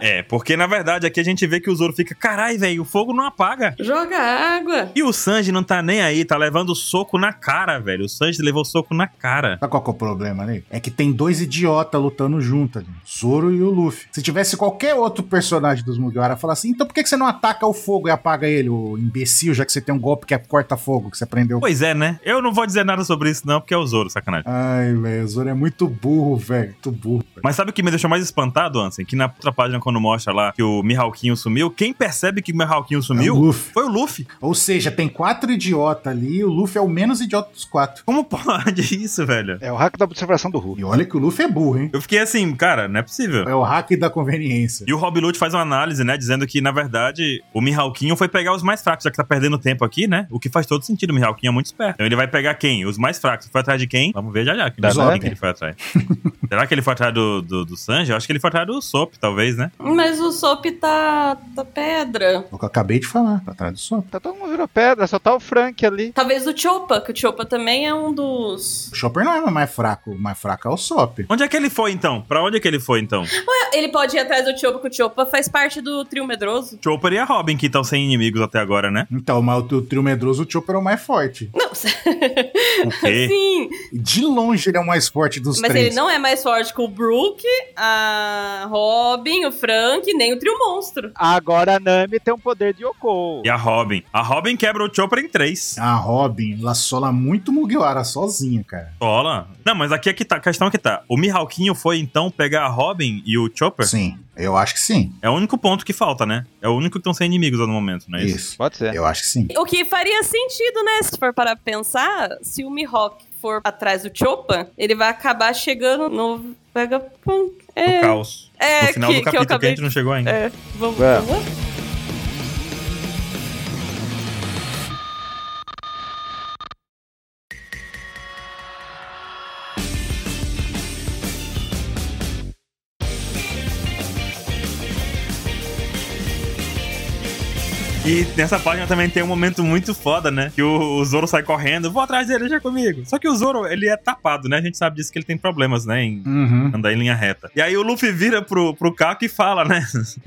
S1: é, porque na verdade aqui a gente vê que o Zoro fica, carai, velho, o fogo não apaga.
S3: Joga água.
S1: E o Sanji não tá nem aí, tá levando soco na cara, velho. O Sanji levou soco na cara.
S2: Sabe qual que é o problema ali? É que tem dois idiotas lutando junto ali. O Zoro e o Luffy. Se tivesse qualquer outro personagem dos Mugiwara, falar assim, então por que que você não ataca o fogo e apaga ele, o imbecil, já que você tem um golpe que é corta-fogo, que você aprendeu?
S1: Pois é, né? Eu não vou dizer nada sobre isso, não, porque é o Zoro, sacanagem.
S2: Ai, velho, o Zoro é muito burro, velho. Muito burro. velho.
S1: Mas sabe o que me deixou mais espantado, Ansem? Que na outra página, quando mostra lá que o Mihawkinho sumiu, quem percebe que o Mihawkinho
S2: É o
S1: sumiu
S2: Luffy.
S1: foi o Luffy.
S2: Ou seja, tem quatro idiotas ali e o Luffy é o menos idiota dos quatro.
S1: Como pode isso, velho?
S4: É o hack da observação do Hulk.
S2: E olha que o Luffy é burro, hein?
S1: Eu fiquei assim, cara, não é possível.
S2: É o hack da conveniência.
S1: E o Rob Lute faz uma análise, né? Dizendo que, na verdade, o Mihawkinho foi pegar os mais fracos, já que tá perdendo tempo aqui, né? O que faz todo sentido, o Mihawkinho é muito esperto. Então ele vai pegar quem? Os mais fracos. Foi atrás de quem? Vamos ver já já.
S4: Da
S1: Quem
S4: Nami.
S1: que ele foi atrás. Será que ele foi atrás do, do, do Sanji? Eu acho que ele foi atrás do Sop, talvez, né?
S3: Mas o Sop tá, tá pedra.
S2: É O que eu acabei de falar, tá atrás do Sop.
S4: Tá todo mundo virou pedra, só tá o Frank ali.
S3: Talvez o Chopa, que o Chopa também é um dos.
S2: O Chopper não é mais fraco, o mais fraco é o Sop.
S1: Onde é que ele foi, então? Pra onde é que ele foi, então?
S3: Ele pode ir atrás do Chopa, que o Chopa faz parte do trio medroso.
S1: Chopper e a Robin, que estão sem inimigos até agora, né?
S2: Então, mas o trio medroso, o Chopper é o mais forte.
S3: Não,
S1: O quê?
S3: sim.
S2: De longe ele é o mais forte dos
S3: Mas
S2: três.
S3: ele não é mais forte que o Brook, a Robin, o Frank, nem o trio monstro.
S4: Agora a Nami tem um poder de Yoko.
S1: E a Robin. A Robin quebra o Chopper em três.
S2: A Ah, Robin, ela sola muito Mugiwara sozinha, cara.
S1: Olha. Não, mas aqui é que tá. A questão é que tá. O Mihawkinho foi, então, pegar a Robin e o Chopper?
S2: Sim, eu acho que sim.
S1: É o único ponto que falta, né? É o único que estão sem inimigos no momento, não é isso?
S2: Isso.
S4: Pode ser.
S2: Eu acho que sim.
S3: O que faria sentido, né? Se for para pensar, se o Mihawk for atrás do Chopa, ele vai acabar chegando no Vegapunk.
S1: No
S3: É,
S1: caos.
S3: é
S1: no final
S3: que,
S1: do
S3: que
S1: capítulo que,
S3: eu
S1: a
S3: acabei
S1: gente não chegou ainda.
S3: É, vamos.
S4: É.
S3: vamos lá.
S1: E nessa página também tem um momento muito foda, né? Que o, o Zoro sai correndo, vou atrás dele, já comigo. Só que o Zoro, ele é tapado, né? A gente sabe disso que ele tem problemas, né? Em
S2: Uhum.
S1: andar em linha reta. E aí o Luffy vira pro, pro Kako e fala, né?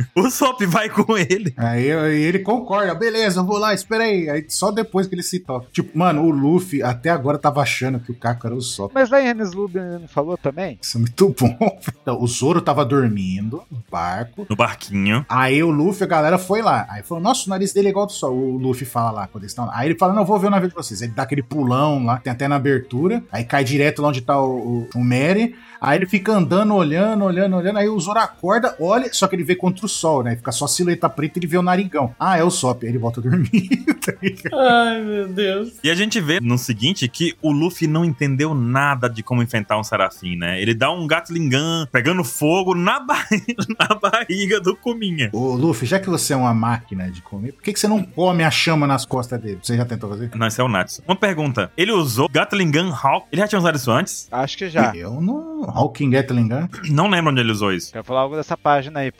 S1: O Sop vai com ele.
S2: Aí eu- e ele concorda, beleza, eu vou lá, espera aí. Aí só depois que ele se toca. Tipo, mano, o Luffy até agora tava achando que o Kako era o Sop.
S4: Mas lá em Renslub não falou também?
S2: Isso é muito bom. Então, o Zoro tava dormindo no barco.
S1: No barquinho.
S2: Aí o Luffy, a galera foi lá. Aí falou, nossa, o nariz dele é igual ao do sol. O Luffy fala lá quando eles estão lá. Aí ele fala, não, eu vou ver o navio de vocês. Ele dá aquele pulão lá, tem até na abertura. Aí cai direto lá onde tá o, o, o Mary. Aí ele fica andando, olhando, olhando, olhando. Aí o Zoro acorda, olha, só que ele vê contra o sol, né? Fica só a silhueta preta e ele vê o narigão. Ah, é o Sop. Aí ele volta a dormir. tá ligado?
S3: Ai, meu Deus.
S1: E a gente vê no seguinte que o Luffy não entendeu nada de como enfrentar um Serafim, né? Ele dá um Gatling Gun pegando fogo na, ba- na barriga do Kuminha.
S2: Ô, Luffy, já que você é uma máquina de comer, por que, que você não come a chama nas costas dele? Você já tentou fazer?
S1: Não, esse é o Natsu. Uma pergunta. Ele usou Gatling Gun Hawk? Ele já tinha usado isso antes?
S4: Acho que já.
S2: Eu não. Hawking Gatling né? Gun.
S1: Não lembro onde ele usou isso.
S4: Quero falar algo dessa página aí,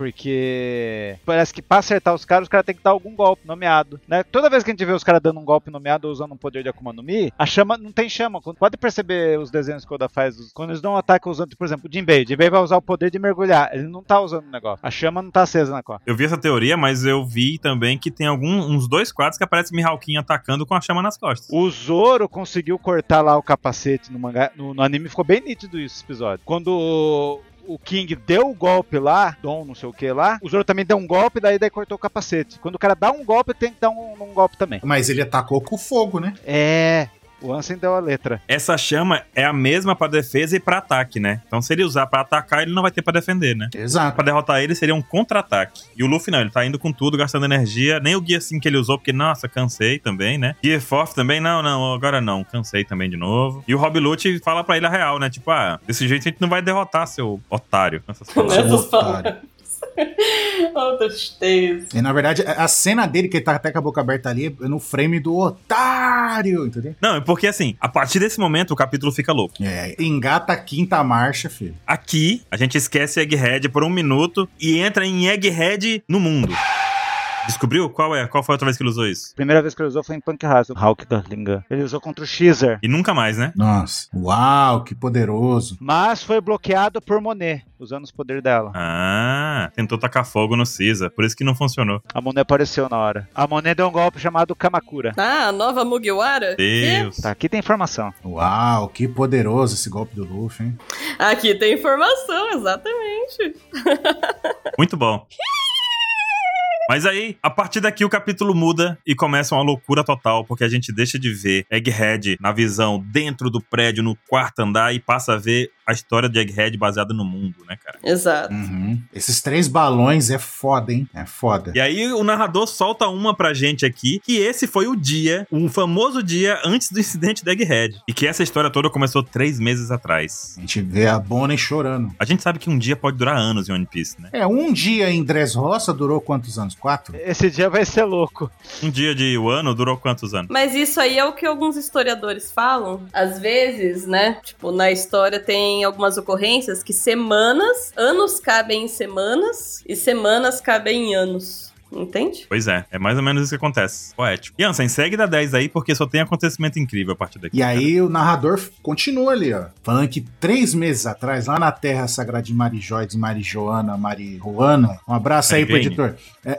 S4: porque parece que pra acertar os caras, os caras têm que dar algum golpe nomeado, né? Toda vez que a gente vê os caras dando um golpe nomeado ou usando um poder de Akuma no Mi, a chama não tem chama. Quando- Pode perceber os desenhos que o Oda faz, os- quando eles dão um ataque usando, por exemplo, o Jinbei. O Jinbei vai usar o poder de mergulhar, ele não tá usando o negócio. A chama não tá acesa na costa.
S1: Eu vi essa teoria, mas eu vi também que tem algum, uns dois quadros que aparece Mihawkinho atacando com a chama nas costas.
S4: O Zoro conseguiu cortar lá o capacete no mangá, no, no anime ficou bem nítido isso, esse episódio. Quando o- o King deu o golpe lá, Dom não sei o que lá, o Zoro também deu um golpe, daí daí cortou o capacete. Quando o cara dá um golpe, tem que dar um- um golpe também.
S2: Mas ele atacou com fogo, né?
S4: É, o Ansem deu a letra.
S1: Essa chama é a mesma pra defesa e pra ataque, né? Então se ele usar pra atacar, ele não vai ter pra defender, né?
S2: Exato.
S1: Pra derrotar ele seria um contra-ataque. E o Luffy não, ele tá indo com tudo, gastando energia. Nem o Gear 5 que ele usou, porque, nossa, cansei também, né? Gear 4 também, não, não, agora não, cansei também de novo. E o Rob Lute fala pra ele a real, né? Tipo, ah, desse jeito a gente não vai derrotar, seu otário. Essas palavras.
S2: Seu
S3: Nessas
S2: otário.
S3: palavras. Oh, tristeza.
S2: E na verdade, a a cena dele, que ele tá até com a boca aberta ali, é no frame do otário, entendeu?
S1: Não, é porque assim, a partir desse momento o capítulo fica louco.
S2: É, engata a quinta marcha, filho.
S1: Aqui, a gente esquece Egghead por um minuto e entra em Egghead no mundo. Descobriu? Qual é? Qual foi a outra vez que ele usou isso?
S4: Primeira vez que ele usou foi em Punk Hazard. Hulk Gatlingan. Ele usou contra o Xer.
S1: E nunca mais, né?
S2: Nossa. Uau, que poderoso.
S4: Mas foi bloqueado por Monet, usando os poderes dela.
S1: Ah, tentou tacar fogo no Caesar, por isso que não funcionou.
S4: A Monet apareceu na hora. A Monet deu um golpe chamado Kamakura.
S3: Ah, a nova Mugiwara?
S1: Deus.
S4: Tá, aqui tem informação.
S2: Uau, que poderoso esse golpe do Luffy, hein?
S3: Aqui tem informação, exatamente.
S1: Muito bom. Mas aí, a partir daqui, o capítulo muda e começa uma loucura total, porque a gente deixa de ver Egghead na visão dentro do prédio, no quarto andar, e passa a ver a história de Egghead baseada no mundo, né, cara?
S3: Exato.
S2: Uhum. Esses três balões é foda, hein? É foda.
S1: E aí o narrador solta uma pra gente aqui, que esse foi o dia, o famoso dia antes do incidente da Egghead. E que essa história toda começou três meses atrás.
S2: A gente vê a Bonnie chorando.
S1: A gente sabe que um dia pode durar anos em One Piece, né?
S2: É, um dia em Dressrosa durou quantos anos? quatro.
S4: Esse dia vai ser louco.
S1: Um dia de Wano durou quantos anos?
S3: Mas isso aí é o que alguns historiadores falam. Às vezes, né? Tipo, na história tem algumas ocorrências que semanas, anos cabem em semanas e semanas cabem em anos. Entende?
S1: Pois é, é mais ou menos isso que acontece. Poético. Jansen, segue da 10 aí, porque só tem acontecimento incrível a partir daqui.
S2: E aí o narrador continua ali, ó. Falando que três meses atrás, lá na terra sagrada de Marijóides, Marijoana, Marijuana. Um abraço aí pro
S1: Irene.
S2: editor.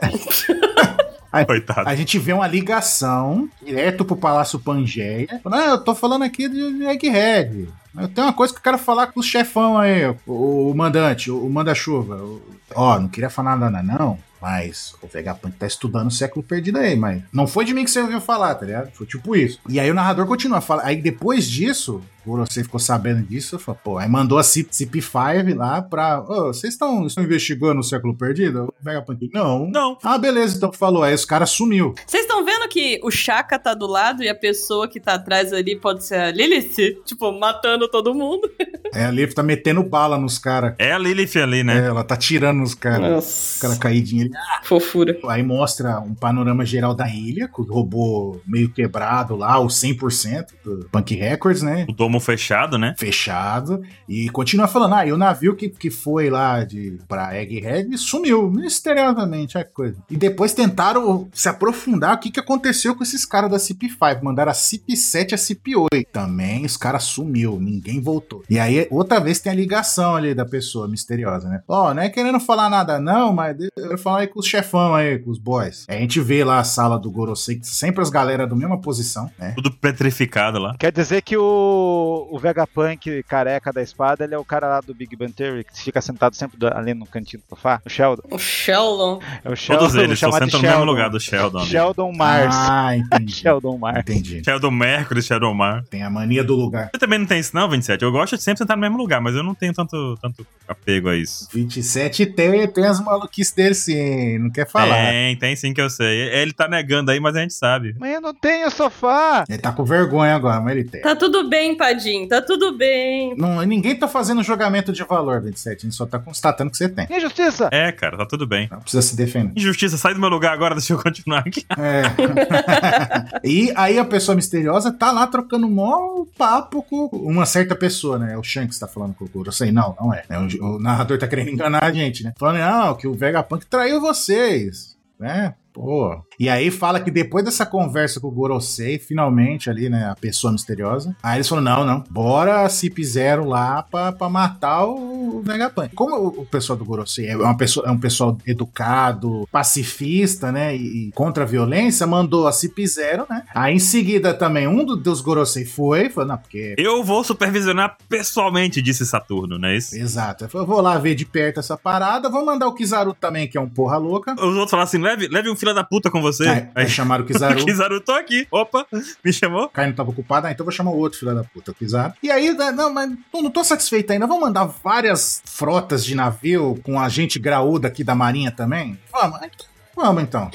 S1: Coitado.
S2: A gente vê uma ligação direto pro Palácio Pangeia. Falando, ah, eu tô falando aqui de de Egghead. Eu tenho uma coisa que eu quero falar com o chefão aí, o, o mandante, o, o manda-chuva. O- Ó, não queria falar nada não, mas o Vegapunk tá estudando o século perdido aí, mas não foi de mim que você ouviu falar, tá ligado? Foi tipo isso. E aí o narrador continua, fala, aí depois disso, o você ficou sabendo disso, fala, pô, aí mandou a CIP, CIP5 lá pra, ô, vocês estão estão investigando o século perdido? O Vegapunk, não.
S1: Não.
S2: Ah, beleza, então falou. Aí os caras sumiu.
S3: Vocês estão vendo que o Chaka tá do lado e a pessoa que tá atrás ali pode ser a Lilith? Tipo, matando todo mundo.
S2: É, a Leaf tá metendo bala nos caras.
S1: É a Lilith ali, né?
S2: É, ela tá tirando nos caras. Os
S3: Nossa,
S2: caras caidinhos.
S3: fofura.
S2: Aí mostra um panorama geral da ilha, com o robô meio quebrado lá, o 100% do Punk Records, né?
S1: O domo fechado, né?
S2: Fechado. E continua falando, ah, e o navio que, que foi lá de, pra Egghead sumiu, misteriosamente, a coisa. E depois tentaram se aprofundar o que, que aconteceu com esses caras da CP5. Mandaram a CP7 e a CP8. Também os caras sumiu, ninguém voltou. E aí, outra vez tem a ligação ali da pessoa misteriosa, né? Ó, não é querendo falar nada não, mas eu quero falar aí com os chefão aí, com os boys. Aí a gente vê lá a sala do Gorosei, que sempre as galera da mesma posição, né?
S1: Tudo petrificado lá.
S4: Quer dizer que o, o Vegapunk careca da espada, ele é o cara lá do Big Bang Theory, que fica sentado sempre do- ali no cantinho do sofá, o Sheldon.
S3: O Sheldon.
S4: É o Sheldon,
S1: Todos eles, só
S4: chamado
S1: sentam no
S4: Sheldon.
S1: mesmo lugar do Sheldon. ali.
S4: Sheldon Mars.
S2: Ah, entendi.
S4: Sheldon Mars.
S2: entendi.
S1: Sheldon Mercury, Sheldon Mar.
S2: Tem a mania do lugar.
S1: Você também não tem isso, não, 27? Eu gosto de sempre sentar no mesmo lugar, mas eu não tenho tanto, tanto apego a isso.
S2: 27 tem, tem as maluquices dele sim, não quer falar.
S1: Tem, tem sim que eu sei. Ele tá negando aí, mas a gente sabe.
S4: Mas eu não tenho sofá.
S2: Ele tá com vergonha agora, mas ele tem.
S3: Tá tudo bem, Padim. Tá tudo bem.
S2: Não, ninguém tá fazendo julgamento de valor, 27. A gente só tá constatando que você tem.
S4: E a justiça?
S1: É, cara, tá tudo bem.
S2: Não precisa se defender.
S1: Injustiça, sai do meu lugar agora, deixa eu continuar aqui.
S2: É. e aí a pessoa misteriosa tá lá trocando mó papo com uma certa pessoa, né? É o Shanks tá falando com o Goro. Eu sei, não, não é. É o- O narrador tá querendo enganar a gente, né? Falando, não, que o Vegapunk traiu vocês, né? Pô. E aí fala que depois dessa conversa com o Gorosei, finalmente ali, né, a pessoa misteriosa, aí eles falam, não, não, bora Cip Zero lá pra, pra matar o Vegapunk. Como o, o pessoal do Gorosei é, uma pessoa, é um pessoal educado, pacifista, né, e, e contra a violência, mandou a Cip Zero, né, aí em seguida também um do, dos Gorosei foi, falou, não, porque...
S1: Eu vou supervisionar pessoalmente, disse Saturno, não é isso?
S2: Exato. Eu vou lá ver de perto essa parada. Vou mandar o Kizaru também, que é um porra louca.
S1: Os outros falaram assim: leve, leve um filho da puta com você.
S2: Aí, aí
S1: Aí,
S2: chamaram o Kizaru.
S1: Kizaru, tô aqui. Opa, me chamou?
S2: Caio não tava ocupado, ah, então vou chamar o outro filho da puta, o Kizaru. E aí, né, não, mas pô, não tô satisfeito ainda. Vamos mandar várias frotas de navio com a gente graúda aqui da marinha também? Vamos, ah, então- vamos então.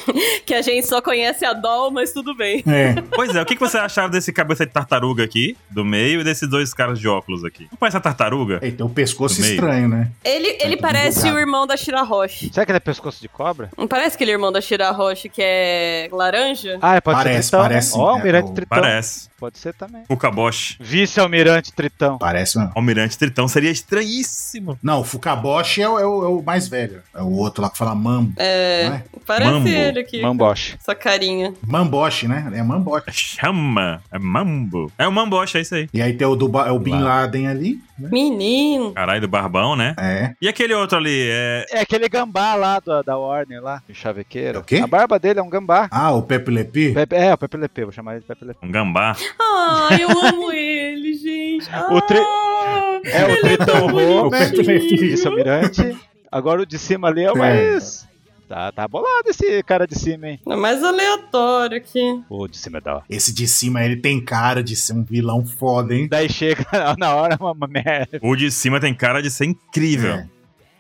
S3: Que a gente só conhece a Doll, mas tudo bem.
S2: É.
S1: Pois é, o que, que você achava desse cabeça de tartaruga aqui, do meio, e desses dois caras de óculos aqui? Não parece a tartaruga?
S2: Aí tem o pescoço
S1: No meio.
S2: estranho, né?
S3: Ele, ele
S2: tudo
S3: parece
S2: bugado.
S3: o irmão da Shira Roche.
S4: Será que ele é pescoço de cobra?
S3: Não parece aquele irmão da Shira Roche que é laranja?
S4: Ah, é, pode
S2: Parece,
S4: ser Tritão. né?
S2: parece,
S4: Ó,
S2: né,
S4: Almirante
S2: o-
S4: Tritão.
S1: Parece.
S4: Pode ser também.
S1: Fukaboshi.
S4: Vice-almirante Tritão.
S2: Parece mesmo.
S1: Almirante Tritão seria estranhíssimo.
S2: Não, o Fukaboshi é o, é o- é o mais velho. É o outro lá que fala Mam,
S3: É.
S2: não é?
S3: Parece
S1: Mambo.
S3: ele aqui.
S4: Mamboche.
S3: Essa carinha.
S2: Mamboshi, né? É Mamboshi.
S1: Chama. É mambo. É o mamboche, é isso aí.
S2: E aí tem o, do, Ba- é o Bin Laden ali, né?
S3: Menino.
S1: Caralho, do barbão, né?
S2: É.
S1: E aquele outro ali, é...
S4: É aquele gambá lá do- da Warner lá, o chavequeiro.
S2: É o quê?
S4: A barba dele é um gambá.
S2: Ah, o Pepe Lepi?
S4: Pepe- é, o Pepe Lepe, vou chamar ele de Pepe Lepe.
S1: Um gambá.
S3: Ai, eu amo ele, gente.
S4: O tri-
S3: Ah,
S4: É o
S3: ele é tão
S4: Tritão Rô,
S2: o Pepe
S3: bonitinho.
S2: Lepi.
S4: vice-almirante. Agora o de cima ali é o
S2: É.
S4: mais... Tá, tá bolado esse cara de cima, hein?
S3: É mais aleatório aqui.
S4: O de cima é da hora.
S2: Esse de cima, ele tem cara de ser um vilão foda, hein?
S4: Daí chega na hora uma, uma merda.
S1: O de cima tem cara de ser incrível.
S2: É.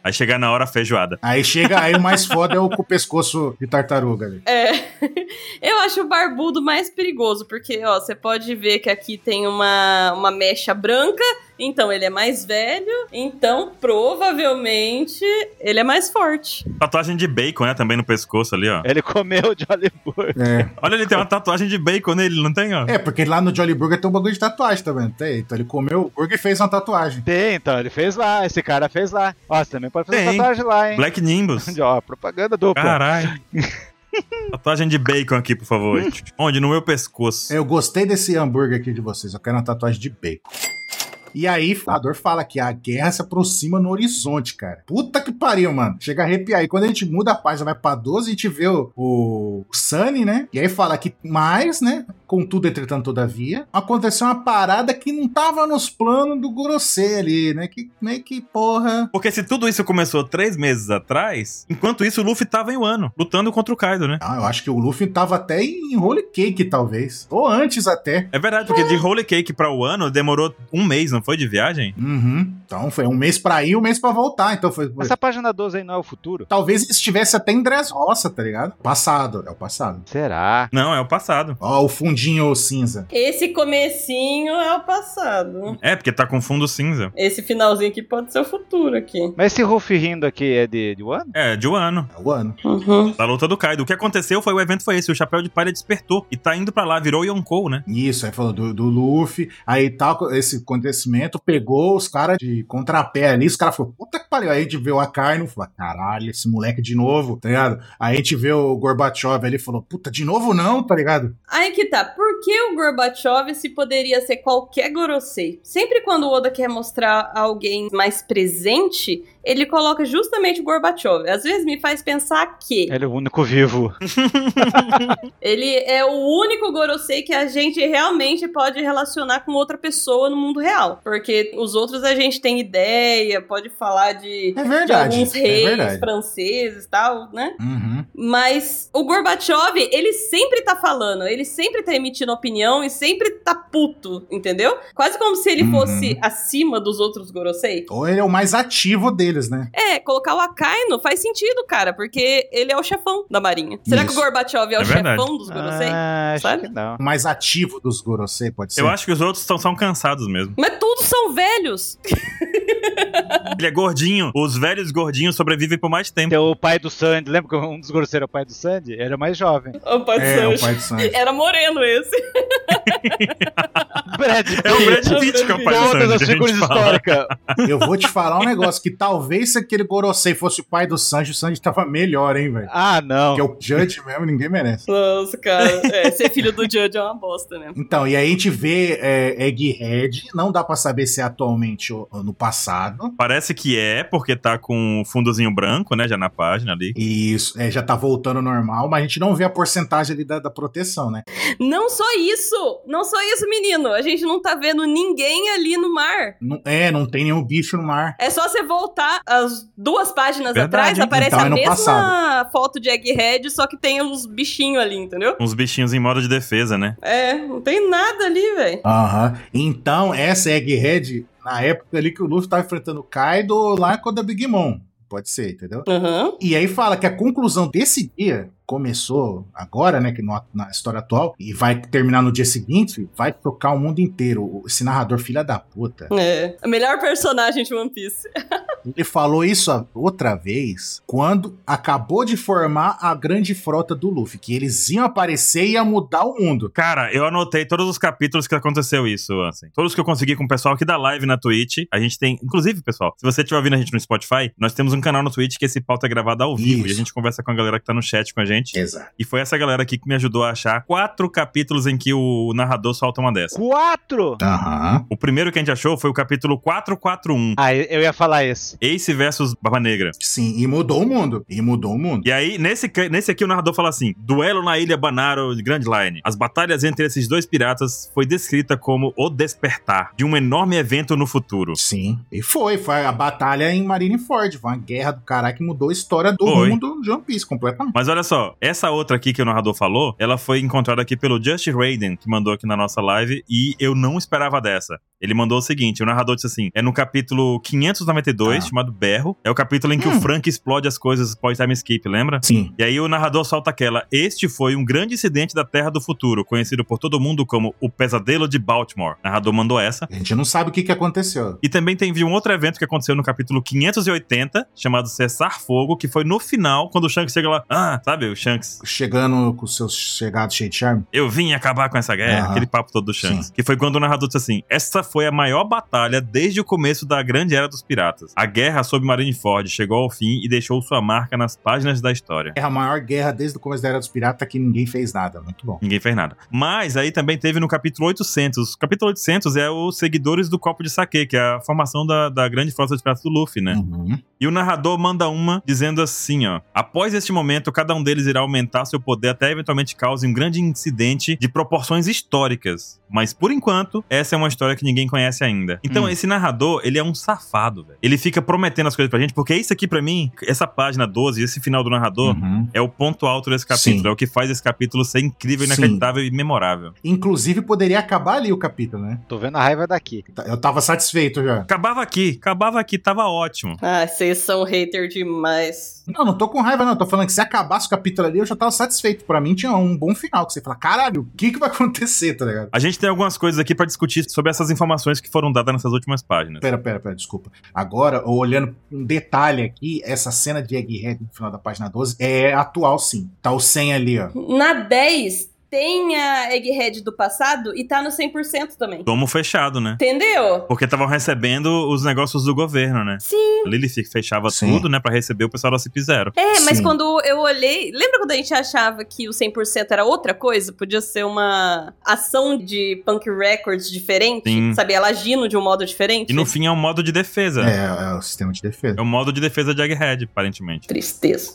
S1: Aí chegar na hora, a feijoada.
S2: Aí chega, aí o mais foda é o com o pescoço de tartaruga ali.
S3: É. Eu acho o barbudo mais perigoso, porque, ó, você pode ver que aqui tem uma, uma mecha branca, Então ele é mais velho, então provavelmente ele é mais forte.
S1: Tatuagem de bacon, né? Também no pescoço ali, ó.
S4: Ele comeu o Jolly Burger.
S2: É.
S1: Olha, ele tem uma tatuagem de bacon nele, não tem, ó?
S2: É, porque lá no Jolly Burger tem um bagulho de tatuagem também, não tem? Então ele comeu o burger e fez uma tatuagem.
S4: Tem, então, ele fez lá, esse cara fez lá. Ó, você também pode fazer
S1: Tem.
S4: tatuagem lá, hein?
S1: Black Nimbus.
S4: Ó, propaganda dupla.
S1: Caralho. tatuagem de bacon aqui, por favor. Onde? No meu pescoço.
S2: Eu gostei desse hambúrguer aqui de vocês, eu quero uma tatuagem de bacon. E aí, o Ador fala que a guerra se aproxima no horizonte, cara. Puta que pariu, mano. Chega a arrepiar. E quando a gente muda a página, vai pra 12, a gente vê o, o Sunny, né? E aí fala que, mais, né? Contudo, entretanto, todavia, aconteceu uma parada que não tava nos planos do Gorosei ali, né? Que meio que, porra.
S1: Porque se tudo isso começou três meses atrás, enquanto isso o Luffy tava em Wano, lutando contra o Kaido, né?
S2: Ah, eu acho que o Luffy tava até em Holy Cake, talvez. Ou antes até.
S1: É verdade, porque de Holy Cake pra Wano demorou um mês, não foi? De viagem?
S2: Uhum. Então foi um mês pra ir, um mês pra voltar. Então foi.
S4: Essa página 12 aí não é o futuro?
S2: Talvez ele estivesse até em Dressrosa, tá ligado? Passado, é o passado.
S4: Será?
S1: Não, é o passado.
S2: Ó, o fundinho cinza.
S3: Esse comecinho é o passado.
S1: É, porque tá com fundo cinza.
S3: Esse finalzinho aqui pode ser o futuro aqui.
S4: Mas esse Ruffy rindo aqui é de, de Wano?
S1: É, de Wano.
S2: É o ano.
S3: Uhum.
S1: Da luta do Kaido. O que aconteceu foi o evento foi esse, o Chapéu de Palha despertou e tá indo pra lá, virou Yonkou, né?
S2: Isso, aí falou do, do Luffy, aí tal, esse acontecimento pegou os caras de contrapé ali, os caras falaram, puta que pariu. Aí a gente vê o Akainu, falou, caralho, esse moleque de novo, tá ligado? Aí a gente vê o Gorbachev ali, falou, puta, de novo não, tá ligado?
S3: Aí que tá. Por que o Gorbachev se poderia ser qualquer Gorosei? Sempre quando o Oda quer mostrar alguém mais presente, ele coloca justamente o Gorbachev. Às vezes me faz pensar que
S4: Ele é o único vivo.
S3: ele é o único Gorosei que a gente realmente pode relacionar com outra pessoa no mundo real. Porque os outros a gente tem ideia, pode falar de,
S2: É
S3: de
S2: verdade.
S3: alguns
S2: é
S3: reis
S2: verdade.
S3: franceses e tal, né?
S2: Uhum.
S3: Mas o Gorbachev, ele sempre tá falando, ele sempre tá emitindo opinião e sempre tá puto, entendeu? Quase como se ele
S2: Uhum.
S3: fosse acima dos outros Gorosei.
S2: Ou ele é o mais ativo deles, né?
S3: É, colocar o Akainu faz sentido, cara, porque ele é o chefão da marinha. Será
S2: Isso.
S3: que o Gorbachev é o
S1: É verdade.
S3: chefão dos Gorosei?
S4: Ah, acho
S3: sabe?
S4: que não.
S2: O mais ativo dos Gorosei, pode ser?
S1: Eu acho que os outros tão, são cansados mesmo.
S3: Mas todos são velhos.
S1: Ele é gordinho, os velhos gordinhos sobrevivem por mais tempo.
S4: Tem o pai do Sandy, lembra que um dos grosseiros era o pai do Sandy? Ele Era mais jovem.
S3: Ô, pai do
S2: É, o
S3: Sanji.
S2: pai do Sanji.
S3: Era moreno esse.
S4: Brad
S1: É o Brad
S4: Pitt.
S1: Pitt que é o pai do
S4: Todas
S1: Sanji,
S4: as
S1: que a
S4: figuras
S1: gente fala.
S4: históricas.
S2: Eu vou te falar um negócio: que talvez se aquele Gorosei fosse o pai do Sanji, o Sanji tava melhor, hein, velho?
S4: Ah, não.
S1: é
S2: Porque o Judge mesmo, ninguém merece.
S3: Nossa, cara. É, ser filho do Judge é uma bosta, né?
S2: Então, e aí a gente vê é, Egghead, não dá pra saber se é atualmente ou ou no passado.
S1: Parece que é, porque tá com o fundozinho branco, né? Já na página ali.
S2: E isso é, já tá voltando ao normal, mas a gente não vê a porcentagem ali da, da proteção, né?
S3: Não só isso. Não só isso, menino. A gente não tá vendo ninguém ali no mar.
S2: Não, é, não tem nenhum bicho no mar.
S3: É só você voltar as duas páginas
S1: Verdade,
S3: atrás,
S1: hein?
S3: aparece
S2: Então é
S3: a
S2: no
S3: mesma
S2: passado.
S3: foto de Egghead, só que tem uns bichinhos ali, entendeu?
S1: Uns bichinhos em modo de defesa, né?
S3: É, não tem nada ali, velho.
S2: Aham. Então, essa Egghead, na época ali que o Luffy tava enfrentando o Kaido lá contra a Big Mom. Pode ser, entendeu?
S3: Aham.
S2: E aí fala que a conclusão desse dia começou agora, né, que no- na história atual, e vai terminar no dia seguinte, vai tocar o mundo inteiro. O- Esse narrador, filha da puta.
S3: É. A melhor personagem de One Piece.
S2: Ele falou isso a- outra vez, quando acabou de formar a grande frota do Luffy, que eles iam aparecer e ia mudar o mundo.
S1: Cara, eu anotei todos os capítulos que aconteceu isso, assim. Todos que eu consegui com o pessoal aqui da live na Twitch. A gente tem, inclusive, pessoal, se você estiver ouvindo a gente no Spotify, nós temos um canal no Twitch que esse pauta é gravado ao vivo
S2: Isso. É.
S1: e a gente conversa com a galera que tá no chat com a gente.
S2: Exato.
S1: E foi essa galera aqui que me ajudou a achar quatro capítulos em que o narrador solta uma dessa.
S4: Quatro?
S2: Aham.
S1: O primeiro que a gente achou foi o capítulo 441,
S4: Ah, eu ia falar esse.
S1: Ace versus Barba Negra.
S2: Sim, e mudou o mundo. E mudou o mundo.
S1: E aí, nesse, ca- nesse aqui, o narrador fala assim: Duelo na ilha Banaro de Grand Line. As batalhas entre esses dois piratas foi descrita como o despertar de um enorme evento no futuro.
S2: Sim. E foi, foi a batalha em Marineford, foi uma guerra do caralho que mudou a história do
S1: Foi.
S2: mundo de One Piece completamente.
S1: Mas olha só, essa outra aqui que o narrador falou, ela foi encontrada aqui pelo Just Raiden, que mandou aqui na nossa live, e eu não esperava dessa. Ele mandou o seguinte: o narrador disse assim: é no capítulo 592,
S2: Ah.
S1: chamado Berro. É o capítulo em que
S2: Hum.
S1: o Frank explode as coisas pós-time skip, lembra?
S2: Sim.
S1: E aí o narrador solta aquela: Este foi um grande incidente da Terra do Futuro, conhecido por todo mundo como o Pesadelo de Baltimore. O narrador mandou essa.
S2: A gente não sabe o que, que aconteceu.
S1: E também teve um outro evento que aconteceu no capítulo 580, chamado Cessar Fogo, que foi no final, quando o Shanks chega lá. Ah, sabe, o Shanks.
S2: Chegando com seus chegados cheios de charme.
S1: Eu vim acabar com essa guerra,
S2: Aham.
S1: aquele papo todo do Shanks.
S2: Sim.
S1: Que foi quando o narrador disse assim: Essa foi a maior batalha desde o começo da grande era dos piratas. A guerra sob Marineford chegou ao fim e deixou sua marca nas páginas da história.
S2: É a maior guerra desde o começo da Era dos Piratas que ninguém fez nada. Muito bom.
S1: Ninguém fez nada. Mas aí também teve no capítulo 800. O capítulo 800 é os seguidores do copo de saque, que é a formação da, da grande frota de piratas do Luffy, né?
S2: Uhum.
S1: E o narrador manda uma dizendo assim, ó. Após este momento, cada um deles irá aumentar seu poder até eventualmente cause um grande incidente de proporções históricas. Mas por enquanto, essa é uma história que ninguém conhece ainda. Então,
S2: Hum.
S1: esse narrador, ele é um safado, velho. Ele fica prometendo as coisas pra gente, porque isso aqui pra mim, essa página 12, esse final do narrador,
S2: Uhum.
S1: é o ponto alto desse capítulo.
S2: Sim.
S1: É o que faz esse capítulo ser incrível,
S2: Sim.
S1: inacreditável e memorável.
S2: Inclusive, poderia acabar ali o capítulo, né?
S4: Tô vendo a raiva daqui.
S2: Eu tava satisfeito já.
S1: Acabava aqui, acabava aqui, tava ótimo.
S3: Ah, vocês são hater demais.
S2: Não, não tô com raiva, não. Tô falando que se acabasse o capítulo ali, eu já tava satisfeito. Pra mim, tinha um bom final. Que você fala, caralho, o que que vai acontecer, tá ligado?
S1: A gente tem algumas coisas aqui pra discutir sobre essas informações que foram dadas nessas últimas páginas.
S2: Pera, pera, pera, desculpa. Agora, eu olhando um detalhe aqui, essa cena de Egghead no final da página 12 é atual, sim. Tá o 100 ali, ó.
S3: Na 10, tem a Egghead do passado e tá no 100% também.
S1: Domo fechado, né?
S3: Entendeu?
S1: Porque estavam recebendo os negócios do governo, né?
S3: Sim.
S1: A Lilith fechava
S2: Sim.
S1: tudo, né? Pra receber o pessoal da CIP Zero.
S3: É, mas
S2: Sim.
S3: quando eu olhei. Lembra quando a gente achava que o 100% era outra coisa? Podia ser uma ação de punk records diferente?
S1: Sim.
S3: Sabe? Ela agindo de um modo diferente?
S1: E no fim é um modo de defesa. É,
S2: É, é o sistema de defesa.
S1: um modo de defesa de Egghead, aparentemente.
S3: Tristeza.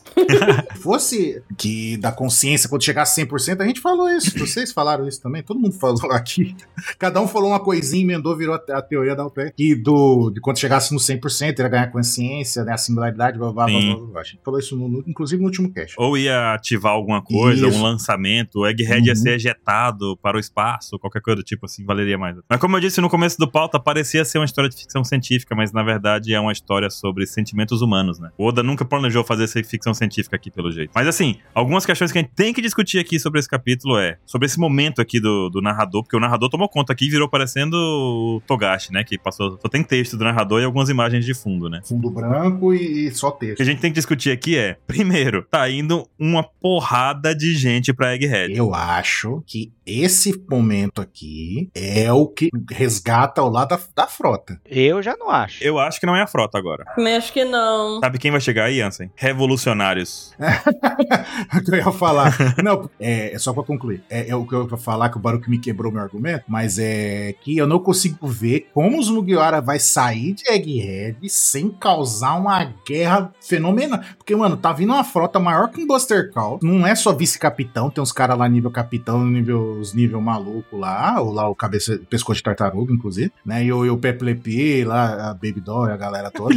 S2: Se fosse que da consciência, quando chegasse 100%, a gente falou isso. Vocês falaram isso também? Todo mundo falou aqui. Cada um falou uma coisinha, emendou, virou a, a teoria da UPE. E do, de quando chegasse no 100%, ia ganhar consciência, né? A singularidade, blá, blá, blá,
S1: Sim.
S2: blá, blá, blá. A gente falou isso, no- no- inclusive, no último cast.
S1: Ou ia ativar alguma coisa,
S2: Isso.
S1: um lançamento, o Egghead ia
S2: Uhum.
S1: ser ejetado para o espaço, qualquer coisa do tipo assim, valeria mais. Mas como eu disse no começo do pauta, parecia ser uma história de ficção científica, mas na verdade é uma história sobre sentimentos humanos, né? O Oda nunca planejou fazer essa ficção científica aqui, pelo jeito. Mas assim, algumas questões que a gente tem que discutir aqui sobre esse capítulo é sobre esse momento aqui do, do narrador, porque o narrador tomou conta aqui e virou parecendo o Togashi, né? Que passou. Só tem texto do narrador e algumas imagens de fundo, né?
S2: Fundo branco e, e só
S1: O que a
S2: texto.
S1: gente tem que discutir aqui é, primeiro, tá indo uma porrada de gente pra Egghead.
S2: Eu acho que esse momento aqui é o que resgata o lado da, da frota.
S4: Eu já não acho.
S1: Eu acho que não é a frota agora.
S3: Mas acho que não.
S1: Sabe quem vai chegar aí, Ansem? Revolucionários.
S2: que eu ia falar. Não, é, é só pra concluir. É, é o que eu ia falar que o Baruch me quebrou meu argumento, mas é que eu não consigo ver como os Mugiwara vai sair de Egghead sem causar uma guerra fenomenal. Porque, mano, tá vindo uma frota maior que um Buster Call. Não é só vice-capitão, tem uns caras lá nível capitão, nível, os nível maluco lá, ou lá o cabeça, pescoço de tartaruga, inclusive, né? E o, e o Peplepi lá, a Baby Doll e a galera toda.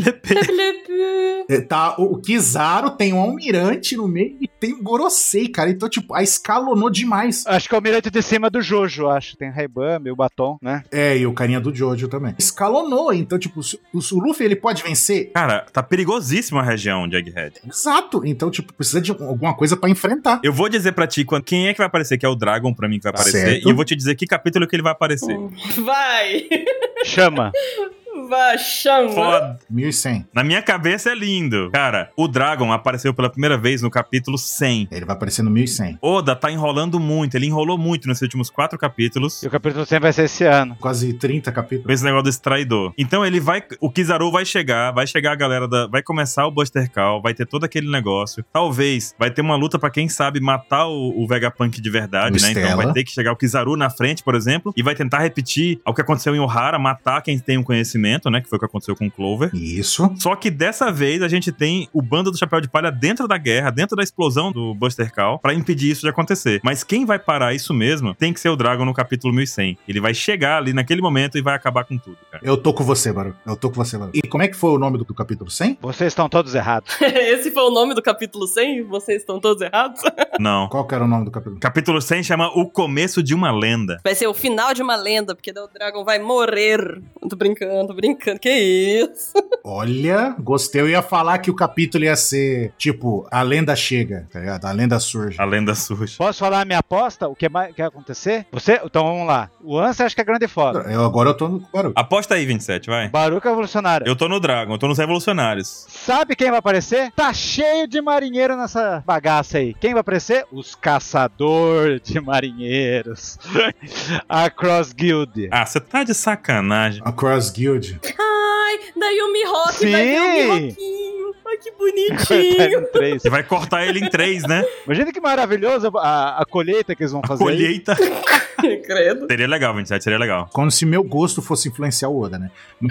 S2: É, Tá, o o Kizaru tem um almirante no meio e tem um Gorosei, cara. Então, tipo, a escalonou demais.
S4: Acho que é o mirante de cima do Jojo, acho. Tem Raiban, meu batom, né?
S2: É, e o carinha do Jojo também. Escalonou, então, tipo, se- o, se o Luffy ele pode vencer?
S1: Cara, tá perigosíssima a região de Egghead.
S2: Exato. Então, tipo, precisa de alguma coisa pra enfrentar.
S1: Eu vou dizer pra ti quando- quem é que vai aparecer, que é o Dragon pra mim que vai
S2: Tá
S1: aparecer,
S2: certo.
S1: e eu vou te dizer que capítulo que ele vai aparecer.
S3: Vai!
S4: Chama.
S3: Vai, chama!
S1: Foda.
S2: 1100.
S1: Na minha cabeça é lindo. Cara, o Dragon apareceu pela primeira vez no capítulo 100.
S2: É, Ele vai aparecer no 1100.
S1: Oda tá enrolando muito, ele enrolou muito nos últimos quatro capítulos.
S4: E o capítulo 100 vai ser esse ano.
S2: Quase 30 capítulos.
S1: Esse negócio desse traidor. Então ele vai. O Kizaru vai chegar, vai chegar a galera da. Vai começar o Buster Call, vai ter todo aquele negócio. Talvez vai ter uma luta pra quem sabe matar o, o Vegapunk de verdade,
S2: O
S1: né? Então
S2: Stella.
S1: vai ter que chegar o Kizaru na frente, por exemplo, e vai tentar repetir o que aconteceu em Ohara, matar quem tem um conhecimento, né? Que foi o que aconteceu com o Clover.
S2: Isso.
S1: Só que dessa vez a gente tem o bando do Chapéu de Palha dentro da guerra, dentro da explosão do Buster Call, pra impedir isso de acontecer. Mas quem vai parar isso mesmo tem que ser o Dragon no capítulo 1100. Ele vai chegar ali naquele momento e vai acabar com tudo. cara. cara.
S2: Eu tô com você, Baru. Eu tô com você, Baru. E como é que foi o nome do, do capítulo 100?
S4: Vocês estão todos errados.
S3: Esse foi o nome do capítulo 100? Vocês estão todos errados?
S1: Não.
S2: Qual que era o nome do capítulo?
S1: Capítulo 100 chama O Começo de uma Lenda.
S3: Vai ser o final de uma lenda, porque o Dragon vai morrer. Tô brincando, tô brincando. Que isso?
S2: Olha, gostei. Eu ia falar que o capítulo ia ser, tipo, a lenda chega, tá ligado? A lenda surge.
S1: A llenda surge.
S4: Posso falar a minha aposta? O que mais que vai acontecer? Você? Então vamos lá. O Ansa acho que é grande foda.
S2: Eu, agora eu tô no Baru.
S1: Aposta aí, 27, vai.
S4: Baruca Revolucionário.
S1: Eu tô no Dragon, eu tô nos Revolucionários.
S4: Sabe quem vai aparecer? Tá cheio de marinheiro nessa bagaça aí. Quem vai aparecer? Os caçador de marinheiros. a Cross Guild.
S1: Ah, você tá de sacanagem.
S2: A Cross Guild.
S3: Ai, daí o Mihawk vai ver
S4: Sim.
S3: o Mihawquinho. Ai, que bonitinho.
S4: Em três.
S1: Você vai cortar ele em três, né?
S4: Imagina que maravilhoso a, a colheita que eles vão fazer. aí.
S1: Colheita.
S3: Credo.
S1: Seria legal, 27, seria legal.
S2: Como se meu gosto fosse influenciar o Oda, né?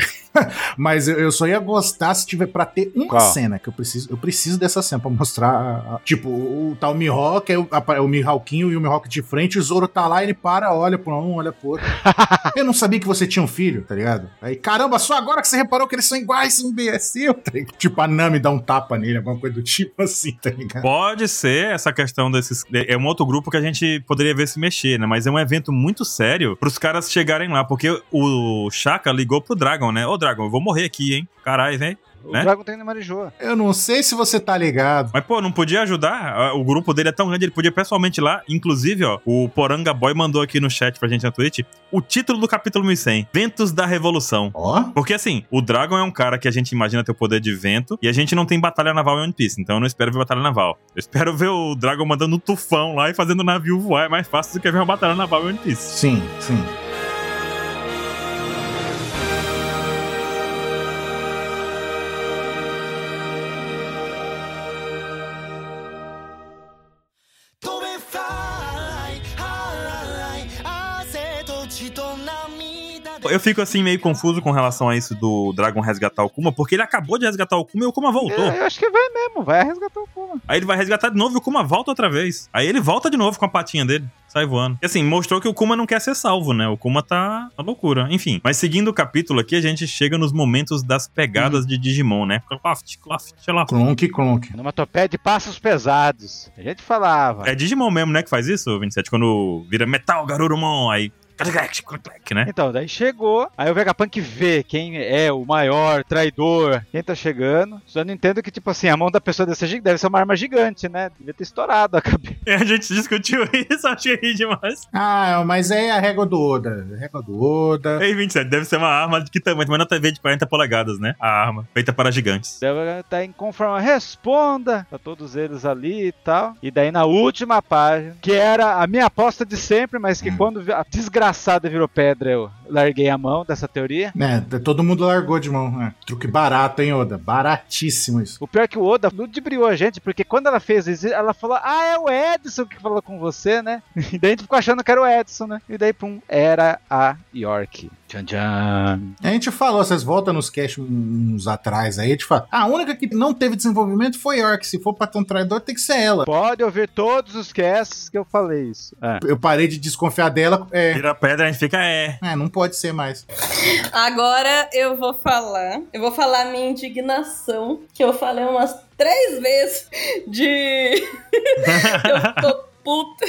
S2: Mas eu eu só ia gostar se tiver pra ter uma
S4: Qual?
S2: cena que eu preciso. Eu preciso dessa cena pra mostrar. a- a- tipo, o tal Mihawk, aí o, apa- o Mihawkinho e o Mihawk de frente, o Zoro tá lá, ele para, olha pra um, olha pro outro. eu não sabia que você tinha um filho, tá ligado? Aí, caramba, só agora que você reparou que eles são iguais, um imbecil. Tá ligado? tipo, a Nami dá um tapa nele, alguma coisa do tipo assim, tá ligado?
S1: Pode ser essa questão desses. É um outro grupo que a gente poderia ver se mexer, né? Mas é um evento muito sério pros caras chegarem lá. Porque o Chaka ligou pro Dragon, né? Ô, Dragon, eu vou morrer aqui, hein? Caralho, hein?
S4: O
S1: Né?
S4: Dragon tem no Marijoa.
S2: Eu não sei se você tá ligado.
S1: Mas, pô, não podia ajudar? O grupo dele é tão grande, ele podia pessoalmente ir lá. Inclusive, ó, o Poranga Boy mandou aqui no chat pra gente na Twitch o título do capítulo 1100: Ventos da Revolução.
S2: Ó,
S1: Porque assim, o Dragon é um cara que a gente imagina ter o poder de vento e a gente não tem batalha naval em One Piece, então eu não espero ver batalha naval. Eu espero ver o Dragon mandando um tufão lá e fazendo o navio voar, é mais fácil do que ver uma batalha naval em One Piece.
S2: sim, sim.
S1: Eu fico assim meio confuso com relação a isso do Dragon resgatar o Kuma, porque ele acabou de resgatar o Kuma e o Kuma voltou.
S4: Eu acho que vai mesmo, vai um- resgatar o Kuma.
S1: Aí ele vai resgatar de novo e o Kuma volta outra vez. Aí ele volta de novo com a patinha dele. Sai voando. E assim, mostrou que o Kuma não quer ser salvo, né? O Kuma tá na loucura. Enfim. Mas seguindo o capítulo aqui, a gente chega nos momentos das pegadas de Digimon, né? Cloft, cloft, sei lá.
S2: Clonk, clonk.
S4: Onomatopeia É de passos pesados. A gente falava.
S1: É Digimon mesmo, né, que faz isso, 27? Quando vira Metal Garurumon, aí... clac, clac, clac, né?
S4: Então, daí chegou, aí o Vegapunk vê quem é o maior traidor, quem tá chegando. Só não entendo que, tipo assim, a mão da pessoa dessa gi- deve ser uma arma gigante, né? Devia ter estourado a cabeça.
S1: E a gente discutiu isso, achei demais.
S2: Ah, mas é a régua do Oda. é A régua do Oda.
S1: Ei, 27, deve ser uma arma de que tamanho? Mas na TV de 40 polegadas, né? A arma, feita para gigantes.
S4: Daí o Vegapunk tá inconforme, responda pra todos eles ali e tal. E daí na última página, que era a minha aposta de sempre, mas que
S2: Hum.
S4: quando vi- a desgraçada virou pedra, eu larguei a mão dessa teoria.
S2: É, t- todo mundo largou de mão. né? Truque barato, hein, Oda? Baratíssimo isso.
S4: O pior é que o Oda ludibriou a gente, porque quando ela fez isso, ela falou: Ah, é o Edson que falou com você, né? E daí a gente ficou achando que era o Edson, né? E daí, pum, era a York. Tchan, tchan.
S2: A gente falou, vocês voltam nos cash uns atrás aí, a gente fala, "Ah, a única que não teve desenvolvimento foi York. Se for pra ter um traidor, tem que ser ela.
S4: Pode ouvir todos os casts que eu falei isso. É.
S2: Eu parei de desconfiar dela. É,
S1: Vira pedra, a gente fica, é...
S2: é não pode ser mais.
S3: Agora eu vou falar. Eu vou falar minha indignação, que eu falei umas três vezes de. eu tô puta.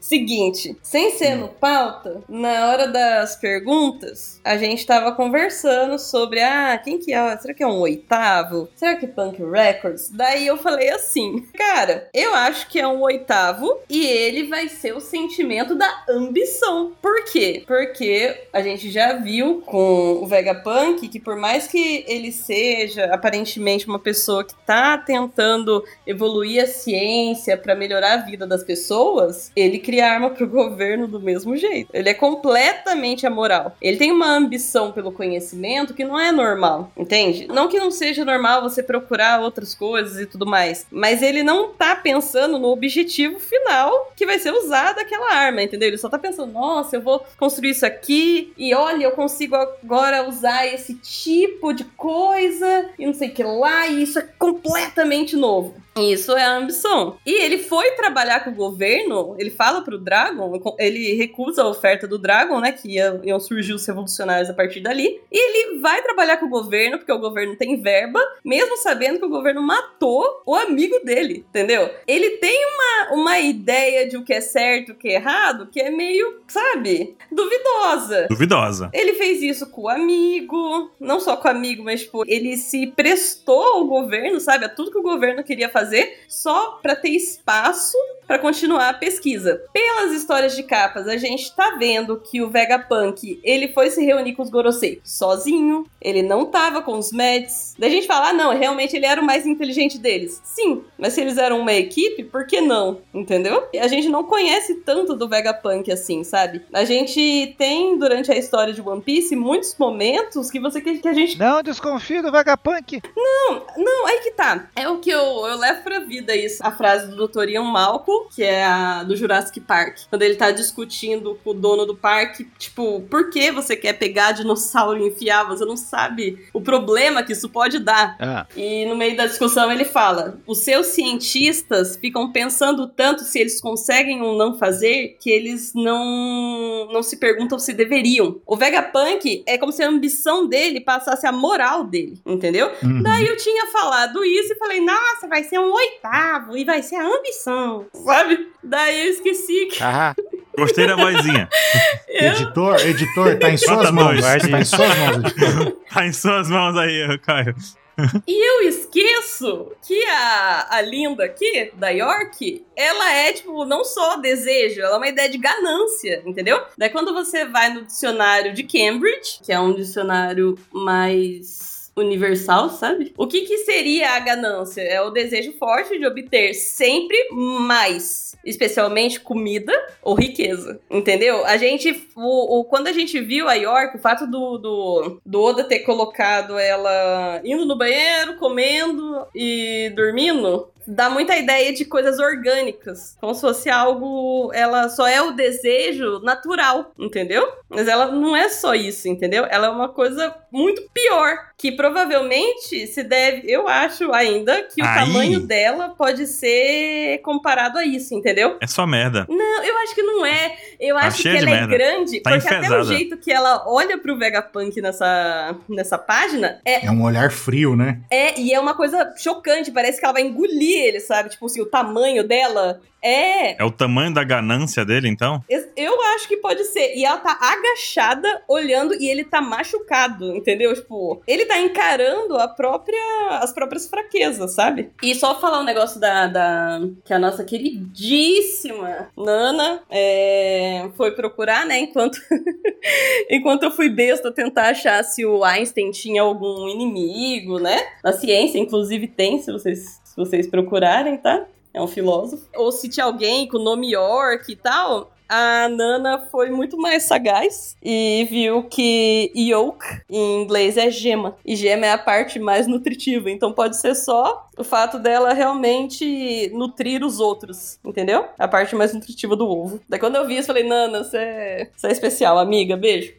S3: Seguinte, sem ser no pauta, na hora das perguntas, a gente tava conversando sobre, ah, quem que é? Será que é um oitavo? Será que é Punk Records? Daí eu falei assim, cara, eu acho que é um oitavo e ele vai ser o sentimento da ambição. Por quê? Porque a gente já viu com o Vegapunk que por mais que ele seja aparentemente uma pessoa que tá tentando evoluir a ciência pra melhorar a vida das pessoas, ele cria arma pro governo do mesmo jeito. Ele é completamente amoral. Ele tem uma ambição pelo conhecimento que não é normal, entende? Não que não seja normal você procurar outras coisas e tudo mais, mas ele não tá pensando no objetivo final que vai ser usada aquela arma, entendeu? Ele só tá pensando, nossa, eu vou construir isso aqui e olha, eu consigo agora usar esse tipo de coisa e não sei o que lá, e isso é completamente novo. Isso é a ambição. E ele foi trabalhar com o governo, ele fala pro Dragon, ele recusa a oferta do Dragon, né? Que ia- iam surgir os revolucionários a partir dali. E ele vai trabalhar com o governo, porque o governo tem verba, mesmo sabendo que o governo matou o amigo dele, entendeu? Ele tem uma, uma ideia de o que é certo e o que é errado, que é meio, sabe, duvidosa.
S1: Duvidosa.
S3: Ele fez isso com o amigo, não só com o amigo, mas tipo, ele se prestou ao governo, sabe? A tudo que o governo queria fazer, só pra ter espaço pra continuar a pesquisa. Pelas histórias de capas, a gente tá vendo que o Vegapunk, ele foi se reunir com os Gorosei sozinho, ele não tava com os Mets. Da gente falar, ah, não, realmente ele era o mais inteligente deles. Sim, mas se eles eram uma equipe, por que não? Entendeu? A gente não conhece tanto do Vegapunk assim, sabe? A gente tem, durante a história de One Piece, muitos momentos que você que, que a gente
S4: Não desconfio do Vagapunk.
S3: não, aí que tá. É o que eu, eu levo pra vida isso. A frase do Dr. Ian Malcolm, que é a do Jurassic Park. Quando ele tá discutindo com o dono do parque, tipo, por que você quer pegar dinossauro e enfiar? Você não sabe o problema que isso pode dar.
S4: Ah,
S3: E no meio da discussão ele fala: os seus cientistas ficam pensando tanto se eles conseguem ou não fazer que eles não, não se perguntam se deveriam. O Vegapunk é como se a ambição dele passasse a moral dele, entendeu?
S2: Uhum.
S3: Daí eu tinha falado isso e falei: nossa, vai ser um oitavo e vai ser a ambição, sabe? Daí eu esqueci que.
S4: ah,
S1: Gostei da vozinha.
S3: Eu...
S2: Editor, editor, tá em
S1: Nota
S2: suas mãos.
S1: dois.
S2: Tá em suas mãos, editor.
S1: Tá em suas mãos aí, Caio.
S3: E eu esqueço que a, a Linda aqui, da York, ela é, tipo, não só desejo, ela é uma ideia de ganância, entendeu? Daí quando você vai no dicionário de Cambridge, que é um dicionário mais universal, sabe? O que que seria a ganância? É o desejo forte de obter sempre mais, especialmente comida ou riqueza, entendeu? A gente, o, o- quando a gente viu a York, o fato do, do, do Oda ter colocado ela indo no banheiro, comendo e dormindo, dá muita ideia de coisas orgânicas, como se fosse algo, ela só é o desejo natural, entendeu? Mas ela não é só isso, entendeu? Ela é uma coisa muito pior, que provavelmente se deve, eu acho ainda, que o
S1: Aí.
S3: tamanho dela pode ser comparado a isso, entendeu?
S1: É só merda.
S3: Não, eu acho que não é. Eu
S1: Tá
S3: acho que
S1: cheia de
S3: ela é
S1: merda.
S3: grande,
S1: Tá
S3: porque até o
S1: enfesada.
S3: jeito que ela olha pro Vegapunk nessa, nessa página é,
S2: É um olhar frio, né?
S3: é. E é uma coisa chocante. Parece que ela vai engolir ele, sabe? Tipo assim, o tamanho dela. É.
S1: É o tamanho da ganância dele, então?
S3: es- Eu acho que pode ser. E ela tá agachada, olhando, e ele tá machucado, entendeu? Tipo, ele tá encarando a própria, as próprias fraquezas, sabe? E só falar um negócio da, da- que a nossa queridíssima Nana é, foi procurar, né? Enquanto, enquanto eu fui besta tentar achar se o Einstein tinha algum inimigo, né? Na ciência, inclusive, tem, se vocês, se vocês procurarem, tá? É um filósofo. Ou se tinha alguém com nome York e tal. A Nana foi muito mais sagaz e viu que yolk em inglês é gema. E gema é a parte mais nutritiva. Então pode ser só o fato dela realmente nutrir os outros, entendeu? A parte mais nutritiva do ovo. Daí quando eu vi isso, eu falei, Nana, você é, você é especial, amiga, beijo.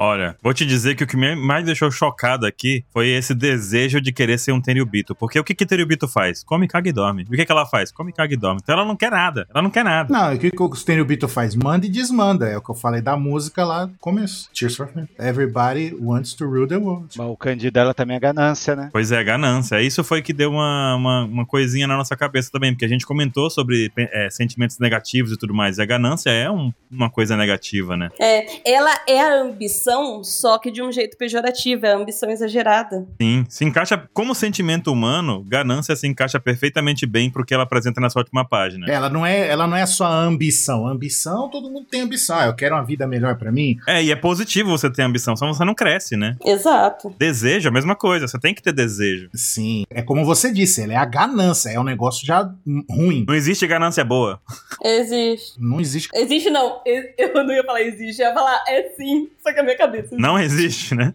S1: Olha, vou te dizer que o que me mais deixou chocado aqui foi esse desejo de querer ser um Tenryubito. Porque o que que Tenryubito faz? Come, caga e dorme. E o que que ela faz? Come, caga e dorme. Então ela não quer nada. Ela não quer nada.
S2: Não, o que que o Stanley Beatle faz? Manda e desmanda. É o que eu falei da música lá no começo. Tears for Fears. Everybody wants to rule the world.
S4: mas o Candido dela também é ganância, né?
S1: Pois é, ganância. Isso foi que deu uma, uma, uma coisinha na nossa cabeça também, porque a gente comentou sobre é, sentimentos negativos e tudo mais. E a ganância é um- uma coisa negativa, né?
S3: Ela é a ambição, só que de um jeito pejorativo, é a ambição exagerada.
S1: Sim, se encaixa como sentimento humano, ganância se encaixa perfeitamente bem pro que ela apresenta na sua última página.
S2: Ela não é, ela não é só a ambição. Ambição, todo mundo tem ambição. Ah, Eu quero uma vida melhor pra mim.
S1: É, e é positivo você ter ambição, senão você não cresce, né?
S3: Exato.
S1: Desejo é a mesma coisa, você tem que ter desejo.
S2: Sim, é como você disse, ela é a ganância, é um negócio já hum, ruim.
S1: Não existe ganância boa.
S3: Existe.
S2: Não existe.
S3: Existe não. E- Eu não ia falar existe, eu ia falar é sim, só que a minha cabeça.
S1: Não existe, né?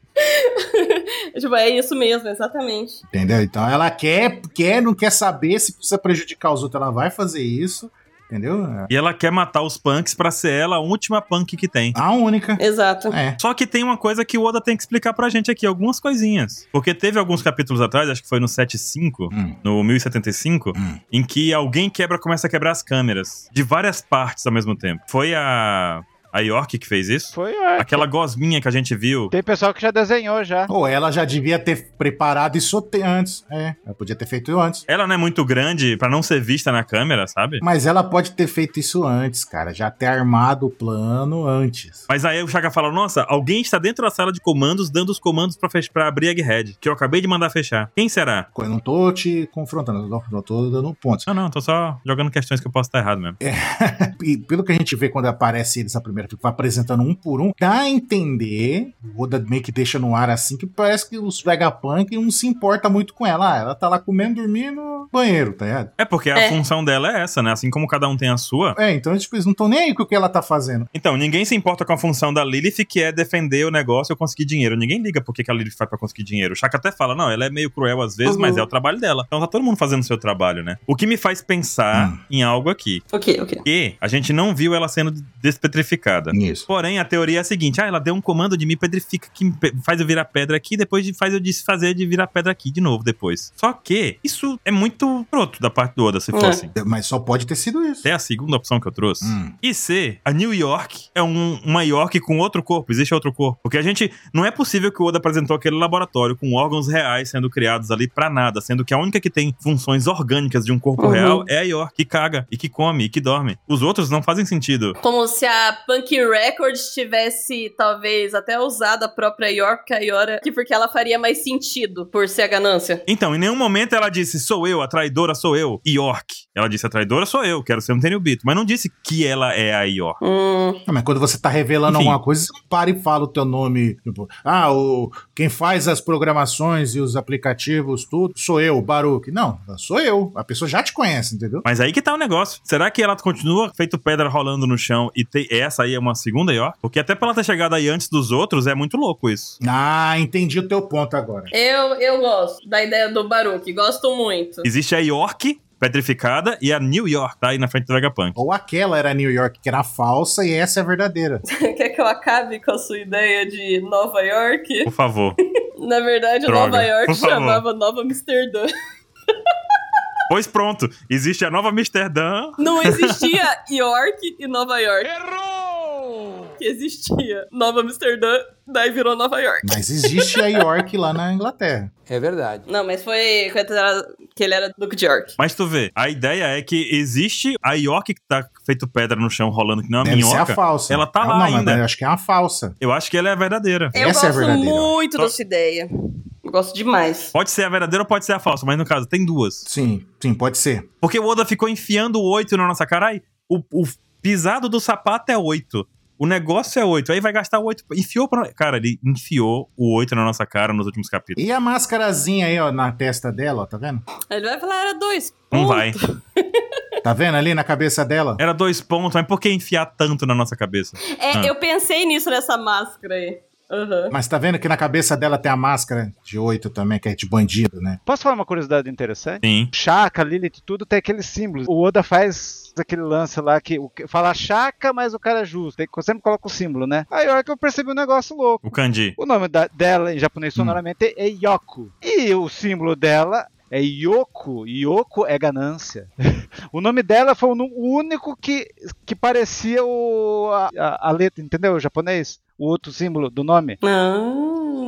S3: Tipo, é isso mesmo, exatamente.
S2: Entendeu? Então ela quer, quer, não quer saber se precisa prejudicar os outros, ela vai fazer isso. entendeu?
S1: E ela quer matar os punks pra ser ela a última punk que tem.
S2: A única.
S3: Exato.
S2: É.
S1: Só que tem uma coisa que o Oda tem que explicar pra gente aqui, algumas coisinhas. Porque teve alguns capítulos atrás, acho que foi no 75,
S2: Hum.
S1: no 1075,
S2: Hum.
S1: em que alguém quebra, começa a quebrar as câmeras de várias partes ao mesmo tempo. Foi a a York que fez isso?
S4: Foi ó,
S1: Aquela gosminha que a gente viu.
S4: Tem pessoal que já desenhou já.
S2: Ou ela já devia ter preparado isso te- antes. É, ela podia ter feito antes.
S1: Ela não é muito grande pra não ser vista na câmera, sabe?
S2: Mas ela pode ter feito isso antes, cara. Já ter armado o plano antes.
S1: Mas aí o Chaka fala: Nossa, alguém está dentro da sala de comandos dando os comandos pra, fech- pra abrir a Egghead, que eu acabei de mandar fechar. Quem será? "Ah,
S2: Eu não tô te confrontando, eu tô- eu tô dando pontos.
S1: Não, não, tô só jogando questões que eu posso estar errado mesmo.
S2: E pelo que a gente vê quando aparece eles a primeira vez, vai apresentando um por um, dá a entender, o Oda meio que deixa no ar assim, que parece que os Vegapunk não se importa muito com ela. Ah, ela tá lá comendo, dormindo, no banheiro, tá ligado?
S1: É porque a
S3: É.
S1: função dela é essa, né? Assim como cada um tem a sua.
S2: É, então tipo, eles não estão nem aí com o que ela tá fazendo.
S1: Então, ninguém se importa com a função da Lilith, que é defender o negócio e eu conseguir dinheiro. Ninguém liga por que que a Lilith faz pra conseguir dinheiro. O Chaka até fala, não, ela é meio cruel às vezes,
S3: Uhum.
S1: mas é o trabalho dela. Então tá todo mundo fazendo o seu trabalho, né? O que me faz pensar
S2: Hum.
S1: em algo aqui.
S3: Ok, ok.
S1: Que a gente não viu ela sendo despetrificada.
S2: Isso.
S1: Porém, a teoria é a seguinte: ah, ela deu um comando de me pedrifica, que me pe- faz eu virar pedra aqui, depois de- faz eu desfazer de virar pedra aqui de novo depois. Só que isso é muito broto da parte do Oda, se
S3: É.
S1: fosse.
S2: Mas só pode ter sido isso.
S1: Até a segunda opção que eu trouxe.
S2: Hum.
S1: E C, a New York é um, uma York com outro corpo, existe outro corpo. Porque a gente. Não é possível que o Oda apresentou aquele laboratório com órgãos reais sendo criados ali pra nada, sendo que a única que tem funções orgânicas de um corpo
S3: Uhum.
S1: real é a York, que caga, e que come, e que dorme. Os outros não fazem sentido.
S3: Como se a Punk Records tivesse, talvez, até usado a própria York que a Yora, que porque ela faria mais sentido por ser a ganância.
S1: Então, em nenhum momento ela disse, sou eu, a traidora sou eu, York. Ela disse, a traidora sou eu, quero ser um Tenryubito. Mas não disse que ela é a York.
S3: Hum.
S2: Ah, Mas quando você tá revelando
S1: Enfim.
S2: alguma coisa, você não para e fala o teu nome. Tipo, ah, o, quem faz as programações e os aplicativos, tudo, sou eu, Baruque. Não, sou eu. A pessoa já te conhece, entendeu?
S1: Mas aí que tá o negócio. Será que ela continua feito pedra rolando no chão e tem- essa aí é uma segunda York? Porque até pra ela ter chegado aí antes dos outros, é muito louco isso.
S2: Ah, entendi o teu ponto agora.
S3: Eu, eu gosto da ideia do Baruque, gosto muito.
S1: Existe a York petrificada e a New York, tá aí na frente do Vegapunk.
S2: Ou aquela era New York, que era falsa, e essa é a verdadeira.
S3: Quer que eu acabe com a sua ideia de Nova
S1: Por
S3: York?
S1: favor.
S3: Na verdade,
S1: Droga,
S3: Nova York
S1: por favor.
S3: chamava Nova Amsterdã.
S1: pois pronto, existe a nova Amsterdã.
S3: Não existia York e Nova York.
S4: Errou!
S3: Que existia Nova Amsterdã, daí virou Nova York.
S2: Mas existe a York lá na Inglaterra.
S5: É verdade.
S3: Não, mas foi quando era- que ele era Duke de York.
S1: Mas tu vê, a ideia é que existe a York que tá feito pedra no chão rolando que nem uma
S2: Deve ser a
S1: minhoca.
S2: falsa.
S1: Ela tá
S2: Ah,
S1: lá
S2: não,
S1: ainda.
S2: Mas eu acho que é uma falsa.
S1: Eu acho que ela é a verdadeira.
S3: Eu
S2: Essa é a
S3: gosto
S2: verdadeira.
S3: muito
S1: Só-
S3: da sua ideia. Eu gosto demais.
S1: Pode ser a verdadeira ou pode ser a falsa, mas no caso, tem duas.
S2: Sim, sim, pode ser.
S1: Porque o Oda ficou enfiando o oito na nossa cara. Ai, o, o pisado do sapato é oito. O negócio é oito. Aí vai gastar oito. Enfiou pra. Cara, ele enfiou o oito na nossa cara nos últimos capítulos.
S2: E a máscarazinha aí, ó, na testa dela, ó, tá vendo?
S3: Ele vai falar, era dois.
S1: Não
S3: ponto.
S1: Um vai.
S2: Tá vendo ali na cabeça dela?
S1: Era dois pontos, mas por que enfiar tanto na nossa cabeça?
S3: É,
S1: Ah.
S3: eu pensei nisso nessa máscara aí. Aham.
S2: Mas tá vendo que na cabeça dela tem a máscara de oito também, que é de bandido, né?
S4: Posso falar uma curiosidade interessante?
S1: Sim.
S4: Chaka, Lilith, tudo tem aqueles símbolos. O Oda faz aquele lance lá que o- fala Chaka, mas o cara é justo. Tem, que- sempre coloca o símbolo, né? Aí a hora que eu percebi um negócio louco.
S1: O Kandi.
S4: O nome da- dela em japonês sonoramente é Yoko. E o símbolo dela é Yoko. Yoko é ganância. o nome dela foi o nu- o único que, que parecia o, a, a- a letra, entendeu? O japonês. O outro símbolo do nome.
S3: Ah.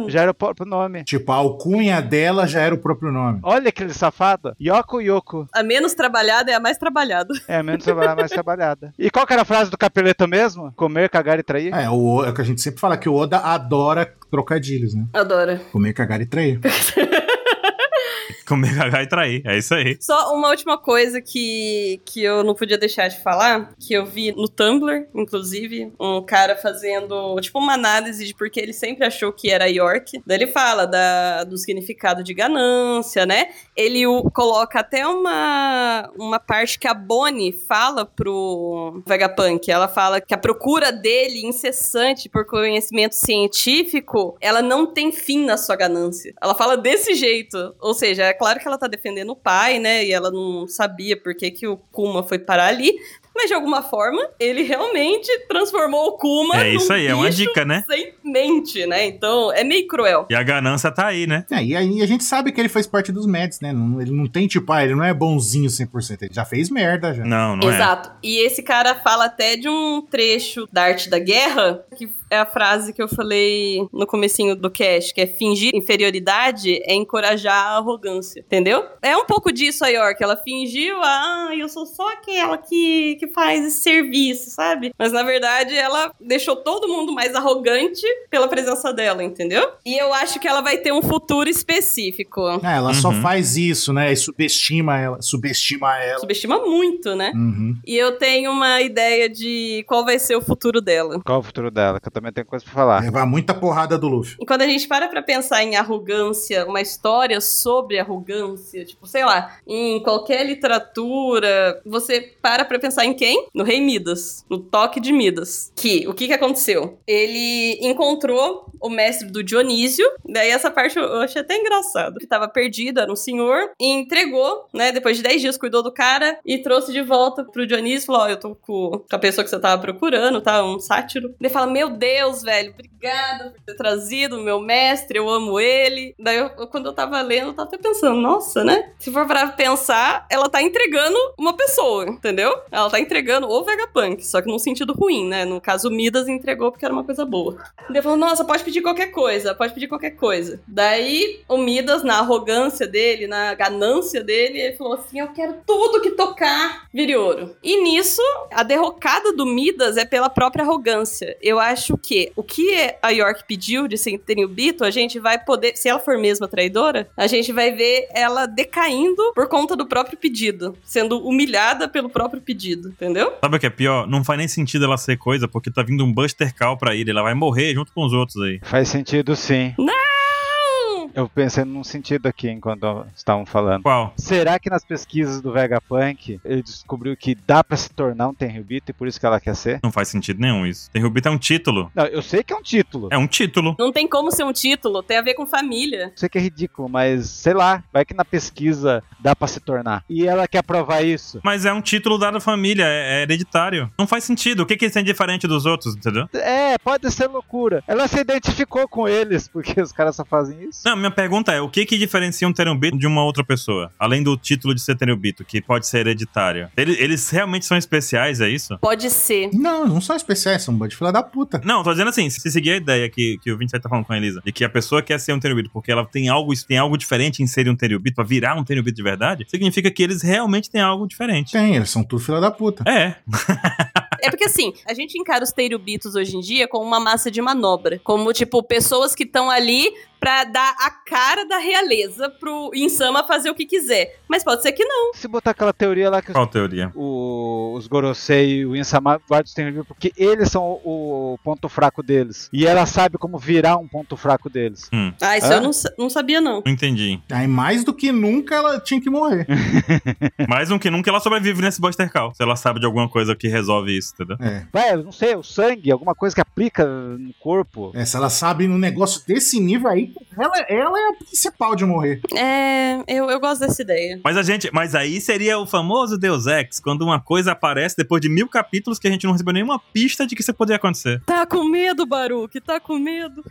S4: Já era o próprio nome.
S2: Tipo, a alcunha dela já era o próprio nome.
S4: Olha aquele safado. Yoko Yoko.
S3: A menos trabalhada é a mais trabalhada.
S4: É, menos trabalhar, mais trabalhada. E qual que era a frase do capeleto mesmo? Comer, cagar e trair?
S2: É, o, é o que a gente sempre fala, que o Oda adora trocadilhos, né?
S3: Adoro.
S2: Comer, cagar e trair.
S1: Comer, cagar e trair. É isso aí.
S3: Só uma última coisa que, que eu não podia deixar de falar, que eu vi no Tumblr, inclusive, um cara fazendo, tipo, uma análise de porque ele sempre achou que era York. Daí ele fala da, do significado de ganância, né? Ele o- coloca até uma, uma parte que a Bonnie fala pro Vegapunk. Ela fala que a procura dele, incessante por conhecimento científico, ela não tem fim na sua ganância. Ela fala desse jeito. Ou seja, é claro que ela tá defendendo o pai, né? E ela não sabia por que, que o Kuma foi parar ali. Mas de alguma forma, ele realmente transformou o Kuma.
S1: É isso
S3: num
S1: aí, é uma
S3: bicho
S1: dica, né?
S3: Sem mente, né? Então é meio cruel.
S1: E a ganância tá aí, né?
S2: É, e aí a gente sabe que ele fez parte dos Meds, né? Não- ele não tem, tipo, ah, ele não é bonzinho 100%. Ele já fez merda, já.
S1: Não, não é.
S3: Exato. E esse cara fala até de um trecho da arte da guerra, que é a frase que eu falei no comecinho do cast, que é fingir inferioridade é encorajar a arrogância, entendeu? É um pouco disso a York, ela fingiu, ah, eu sou só aquela que, que faz esse serviço, sabe? Mas na verdade ela deixou todo mundo mais arrogante pela presença dela, entendeu? E eu acho que ela vai ter um futuro específico.
S2: Ah, ela só
S1: Uhum.
S2: faz isso, né? E subestima ela. Subestima ela.
S3: Subestima muito, né?
S2: Uhum.
S3: E eu tenho uma ideia de qual vai ser o futuro dela.
S4: Qual é o futuro dela? Que eu também tenho coisa pra falar.
S2: Levar muita porrada do Luffy.
S3: E quando a gente para pra pensar em arrogância, uma história sobre arrogância, tipo, sei lá, em qualquer literatura, você para pra pensar em quem? No rei Midas, no toque de Midas. Que, o que que aconteceu? Ele encontrou o mestre do Dionísio, daí essa parte eu- eu achei até engraçado, que tava perdido, era um senhor, e entregou, né, depois de 10 dias cuidou do cara e trouxe de volta pro Dionísio, e falou, ó, eu tô com com a pessoa que você tava procurando, tá, um sátiro. Ele fala, meu Deus, velho, obrigada por ter trazido o meu mestre, eu amo ele. Daí, eu- eu- quando eu tava lendo, eu tava até pensando, nossa, né, se for pra pensar, ela tá entregando uma pessoa, entendeu? Ela tá entregando o Vegapunk, só que num sentido ruim, né, no caso, o Midas entregou porque era uma coisa boa. Ele falou, nossa, pode pedir qualquer coisa, pode pedir qualquer coisa. Daí, o Midas, na arrogância dele, na ganância dele, ele falou assim, eu quero tudo que tocar vire ouro. E nisso, a derrocada do Midas é pela própria arrogância. Eu acho que o que a York pediu de Centennial Bito, a gente vai poder, se ela for mesmo a traidora, a gente vai ver ela decaindo por conta do próprio pedido, sendo humilhada pelo próprio pedido, entendeu?
S1: Sabe o que é pior? Não faz nem sentido ela ser coisa, porque tá vindo um Buster Call pra ele. Ela vai morrer junto com os outros aí.
S4: Faz sentido sim.
S3: Não!
S4: Eu pensei num sentido aqui enquanto estavam falando.
S1: Qual?
S4: Será que nas pesquisas do Vegapunk ele descobriu que dá pra se tornar um Tenryubito e por isso que ela quer ser?
S1: Não faz sentido nenhum isso. Tem Rubita é um título.
S4: Não, eu sei que é um título.
S1: É um título.
S3: Não tem como ser um título, tem a ver com família.
S4: Eu sei que é ridículo, mas sei lá, vai que na pesquisa dá pra se tornar. E ela quer provar isso.
S1: Mas é um título dado à família, é é hereditário. Não faz sentido. O que, que eles têm de diferente dos outros, entendeu?
S4: É, pode ser loucura. Ela se identificou com eles, porque os caras só fazem isso.
S1: Não, minha pergunta é, o que que diferencia um terubito de uma outra pessoa? Além do título de ser terubito, que pode ser hereditário. Ele- Eles, realmente são especiais, é isso?
S3: Pode ser.
S2: Não, não são especiais, são um bando de fila da puta.
S1: Não, tô dizendo assim, se seguir a ideia que, que o 27 tá falando com a Elisa, de que a pessoa quer ser um terubito porque ela tem algo, tem algo diferente em ser um terubito, pra virar um terubito de verdade, significa que eles realmente têm algo diferente.
S2: Tem, eles são tudo fila da puta.
S1: É,
S3: É porque assim, a gente encara os teirubitos hoje em dia como uma massa de manobra. Como, tipo, pessoas que estão ali pra dar a cara da realeza pro Insama fazer o que quiser. Mas pode ser que não.
S4: Se botar aquela teoria lá que os,
S1: qual teoria?
S4: o- os Gorosei e o Insama guardam os Tenryubito, porque eles são o, o ponto fraco deles. E ela sabe como virar um ponto fraco deles.
S3: Ah, isso
S4: Ah?
S3: eu não, sa- não sabia, não.
S1: Não entendi.
S2: Aí mais do que nunca ela tinha que morrer.
S1: Mais um que nunca ela sobrevive nesse Buster Call. Se ela sabe de alguma coisa que resolve isso, entendeu?
S2: É.
S4: Vai, eu não sei, o sangue, alguma coisa que aplica no corpo.
S2: É, se ela sabe num negócio desse nível aí, ela, ela é a principal de morrer.
S3: É, eu, eu gosto dessa ideia.
S1: Mas a gente. Mas aí seria o famoso Deus Ex, quando uma coisa aparece depois de mil capítulos que a gente não recebeu nenhuma pista de que isso poderia acontecer.
S3: Tá com medo, Baruque, tá com medo.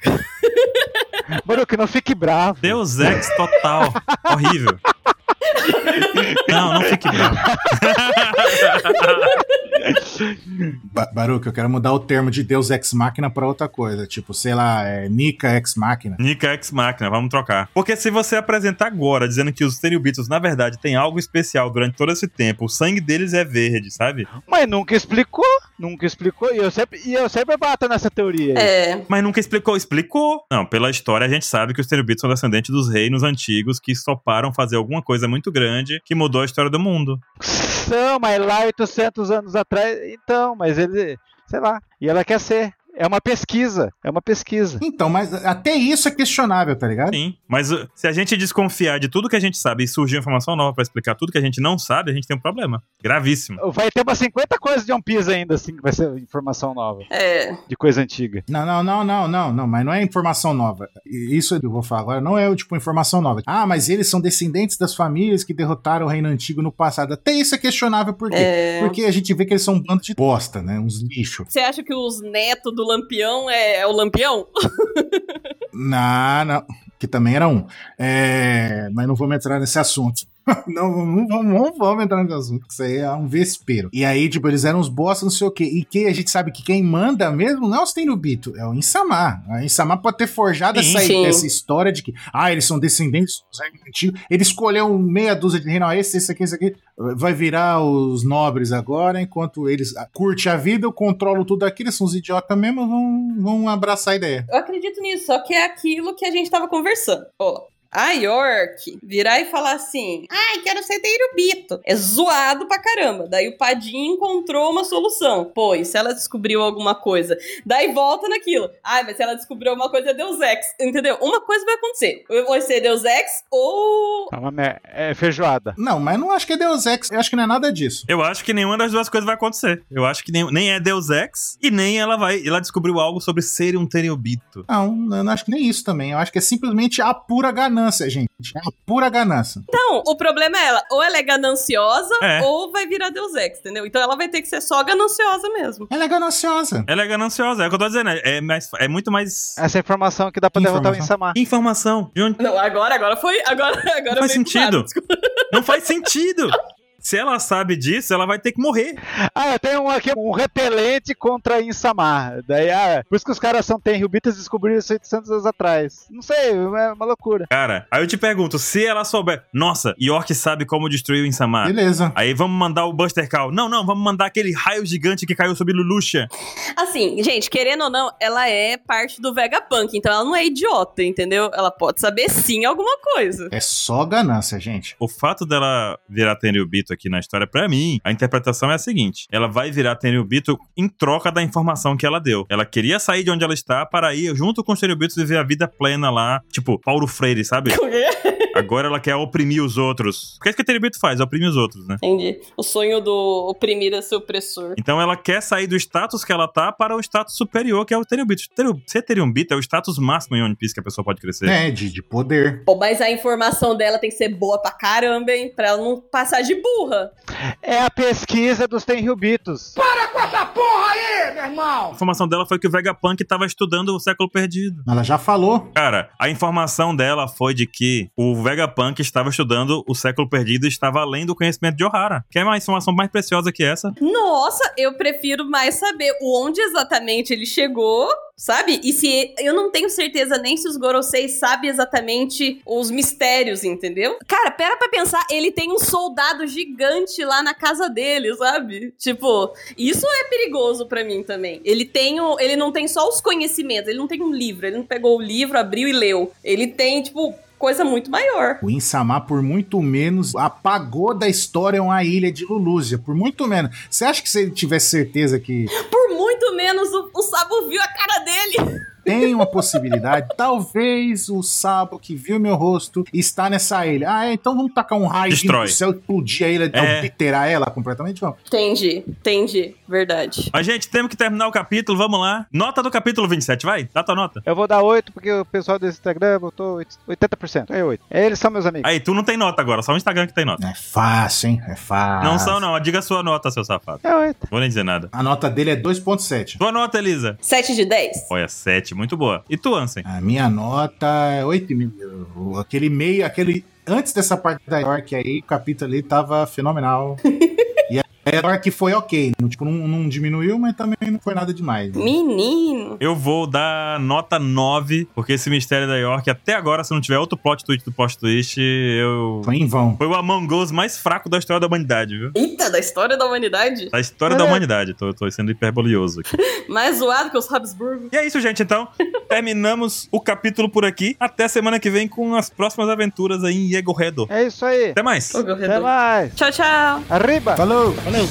S4: Baruque, não fique bravo.
S1: Deus Ex total. Horrível. Não, não fique bravo.
S2: Ba Baruque, eu quero mudar o termo de Deus Ex Machina pra outra coisa. Tipo, sei lá, é Nika Ex Machina.
S1: Nika Ex Machina, vamos trocar. Porque se você apresentar agora dizendo que os Stereobitos, na verdade, têm algo especial durante todo esse tempo, o sangue deles é verde, sabe?
S4: Mas nunca explicou, nunca explicou. E eu sempre, e eu sempre bato nessa teoria. aí.
S3: É,
S1: Mas nunca explicou. Explicou? Não, pela história a gente sabe que os Terubitos são descendentes dos reinos antigos que toparam fazer alguma coisa muito grande que mudou a história do mundo.
S4: São, mas lá 800 anos atrás. Então, mas ele. Sei lá. E ela quer ser. É uma pesquisa. É uma pesquisa.
S2: Então, mas até isso é questionável, tá ligado?
S1: Sim, mas uh, se a gente desconfiar de tudo que a gente sabe e surgir informação nova pra explicar tudo que a gente não sabe, a gente tem um problema. Gravíssimo.
S4: Vai ter umas 50 coisas de One Piece ainda, assim, que vai ser informação nova.
S3: É.
S4: De coisa antiga.
S2: Não, não, não, não, não, não, mas não é informação nova. I- Isso eu vou falar agora, não é tipo informação nova. Ah, mas eles são descendentes das famílias que derrotaram o reino antigo no passado. Até isso é questionável, por quê?
S3: É.
S2: Porque a gente vê que eles são um bando de bosta, né? Uns lixo.
S3: Você acha que os netos do Lampião é, é o Lampião?
S2: Não, não. Que também era um. É, mas não vamos entrar nesse assunto. Não, não, vamos- não vamos entrar nesse assunto, que isso aí é um vespeiro. E aí, tipo, eles eram uns bosta, não sei o quê. E que a gente sabe que quem manda mesmo não é os Tenryubito, é o Insamar. A Insamar pode ter forjado
S1: Sim,
S2: essa,
S3: sim.
S2: essa história de que, ah, eles são descendentes dos reinos antigos. Ele escolheu um meia dúzia de reinos, ah, esse, esse aqui, esse aqui. Vai virar os nobres agora, enquanto eles ah, curte a vida, eu controlo tudo aquilo, eles são uns idiotas mesmo, vão, vão abraçar a ideia.
S3: Eu acredito nisso, só que é aquilo que a gente tava conversando. Ó. A York virar e falar assim: ai, quero ser teirubito. É zoado pra caramba. Daí o Padim encontrou uma solução. Pô, e se ela descobriu alguma coisa? Daí volta naquilo. Ai, mas se ela descobriu alguma coisa, é Deus Ex. Entendeu? Uma coisa vai acontecer. Ou eu vou ser Deus Ex ou.
S4: É, uma mer- é feijoada.
S2: Não, mas não acho que é Deus Ex. Eu acho que não é nada disso.
S1: Eu acho que nenhuma das duas coisas vai acontecer. Eu acho que nem, nem é Deus Ex e nem ela vai. Ela descobriu algo sobre ser um Tenryubito.
S2: Não, eu não acho que nem isso também. Eu acho que é simplesmente a pura ganância, gente. É a pura ganância.
S3: Não, o problema é ela. Ou ela é gananciosa
S1: É.
S3: ou vai virar Deus Ex, entendeu? Então ela vai ter que ser só gananciosa mesmo.
S2: Ela é gananciosa.
S1: Ela é gananciosa, é o que eu tô dizendo. É, é mais, é muito mais.
S4: Essa é a informação que dá pra derrotar o
S2: Informação.
S4: Insamar.
S1: Informação. De onde...
S3: Não, agora, agora foi. Agora, agora
S1: faz
S3: veio do nada.
S1: sentido. Não faz sentido. Se ela sabe disso, ela vai ter que morrer.
S4: Ah, eu tenho um aqui, um repelente contra Insamar. Daí, ah, por isso que os caras são Tenryubitas descobriram isso 800 anos atrás. Não sei, é uma loucura.
S1: Cara, aí eu te pergunto, se ela souber. Nossa, York sabe como destruir o Insamar.
S2: Beleza.
S1: Aí vamos mandar o Buster Call. Não, não, vamos mandar aquele raio gigante que caiu sobre Luluxa.
S3: Assim, gente, querendo ou não, ela é parte do Vegapunk, então ela não é idiota, entendeu? Ela pode saber sim alguma coisa.
S2: É só ganância, gente.
S1: O fato dela virar Tenryubito aqui na história, pra mim, a interpretação é a seguinte: ela vai virar Tenryubito em troca da informação que ela deu. Ela queria sair de onde ela está para ir junto com os Tenryubitos viver a vida plena lá, tipo Paulo Freire, sabe? Agora ela quer oprimir os outros. O que é que o Tenryubito faz? Oprimir os outros, né?
S3: Entendi. O sonho do oprimido é ser opressor.
S1: Então ela quer sair do status que ela tá para o status superior, que é o Tenryubito. Tenryu- Ser Tenryubito é o status máximo em One Piece que a pessoa pode crescer.
S2: É, de, de poder.
S3: Pô, mas a informação dela tem que ser boa pra caramba, hein? Pra ela não passar de burra.
S4: É a pesquisa dos Tenryubitos.
S1: A informação dela foi que o Vegapunk tava estudando o século perdido.
S2: Ela já falou.
S1: Cara, a informação dela foi de que o Vegapunk estava estudando o século perdido e estava além do conhecimento de Ohara. Quer uma informação mais preciosa que essa?
S3: Nossa, eu prefiro mais saber onde exatamente ele chegou, sabe? E se eu não tenho certeza nem se os Gorosei sabem exatamente os mistérios, entendeu? Cara, pera pra pensar, ele tem um soldado gigante lá na casa dele, sabe? Tipo, isso é perigoso pra mim também. Ele tem o, ele não tem só os conhecimentos, ele não tem um livro, ele não pegou o livro, abriu e leu. Ele tem tipo coisa muito maior.
S2: O Insamar, por muito menos, apagou da história uma ilha de Lulúzia. Por muito menos. Você acha que se ele tivesse certeza que
S3: Por muito menos o, o Sabo viu a cara dele.
S2: tem uma possibilidade, talvez o Sabo que viu meu rosto está nessa ilha. Ah, é, então vamos tacar um raio
S1: Destrói.
S2: do céu e explodir a ilha,
S1: É.
S2: obliterar ela completamente? Vamos.
S3: Entendi, entendi, verdade.
S1: Mas, gente, temos que terminar o capítulo, vamos lá. Nota do capítulo 27, vai, dá tua nota.
S4: Eu vou dar 8 porque o pessoal do Instagram botou 8 80%. É 8. Eles são meus amigos.
S1: Aí, tu não tem nota agora, só o Instagram que tem nota.
S2: É fácil, hein? É fácil.
S1: Não são, não, diga a sua nota, seu safado.
S4: É 8.
S1: Vou nem dizer nada.
S2: A nota dele é 2.7.
S1: Tua nota, Elisa.
S3: 7 de 10?
S1: Olha, 7, muito boa. E tu, Ansem?
S2: A minha nota é 8,5. Aquele meio, aquele. Antes dessa parte da York aí, o capítulo ali tava fenomenal. e a York foi ok. não- Tipo, não, não diminuiu, mas também não foi nada demais.
S3: Menino.
S1: Eu vou dar nota 9, porque esse mistério da York, até agora, se não tiver outro plot twist do plot twist, eu.
S2: Foi em vão.
S1: Foi o Among Us mais fraco da história da humanidade, viu?
S3: Eita, da história da humanidade.
S1: Da história da humanidade, tô, tô sendo hiperbolioso aqui.
S3: Mais zoado que os Habsburgo.
S1: E é isso, gente, então. Terminamos o capítulo por aqui. Até semana que vem com as próximas aventuras aí em Yego Redo.
S4: É isso aí.
S1: Até mais!
S3: Ô, meu
S4: Até
S3: redor.
S4: mais.
S3: Tchau, tchau.
S4: Arriba.
S2: Falou!
S1: Valeu!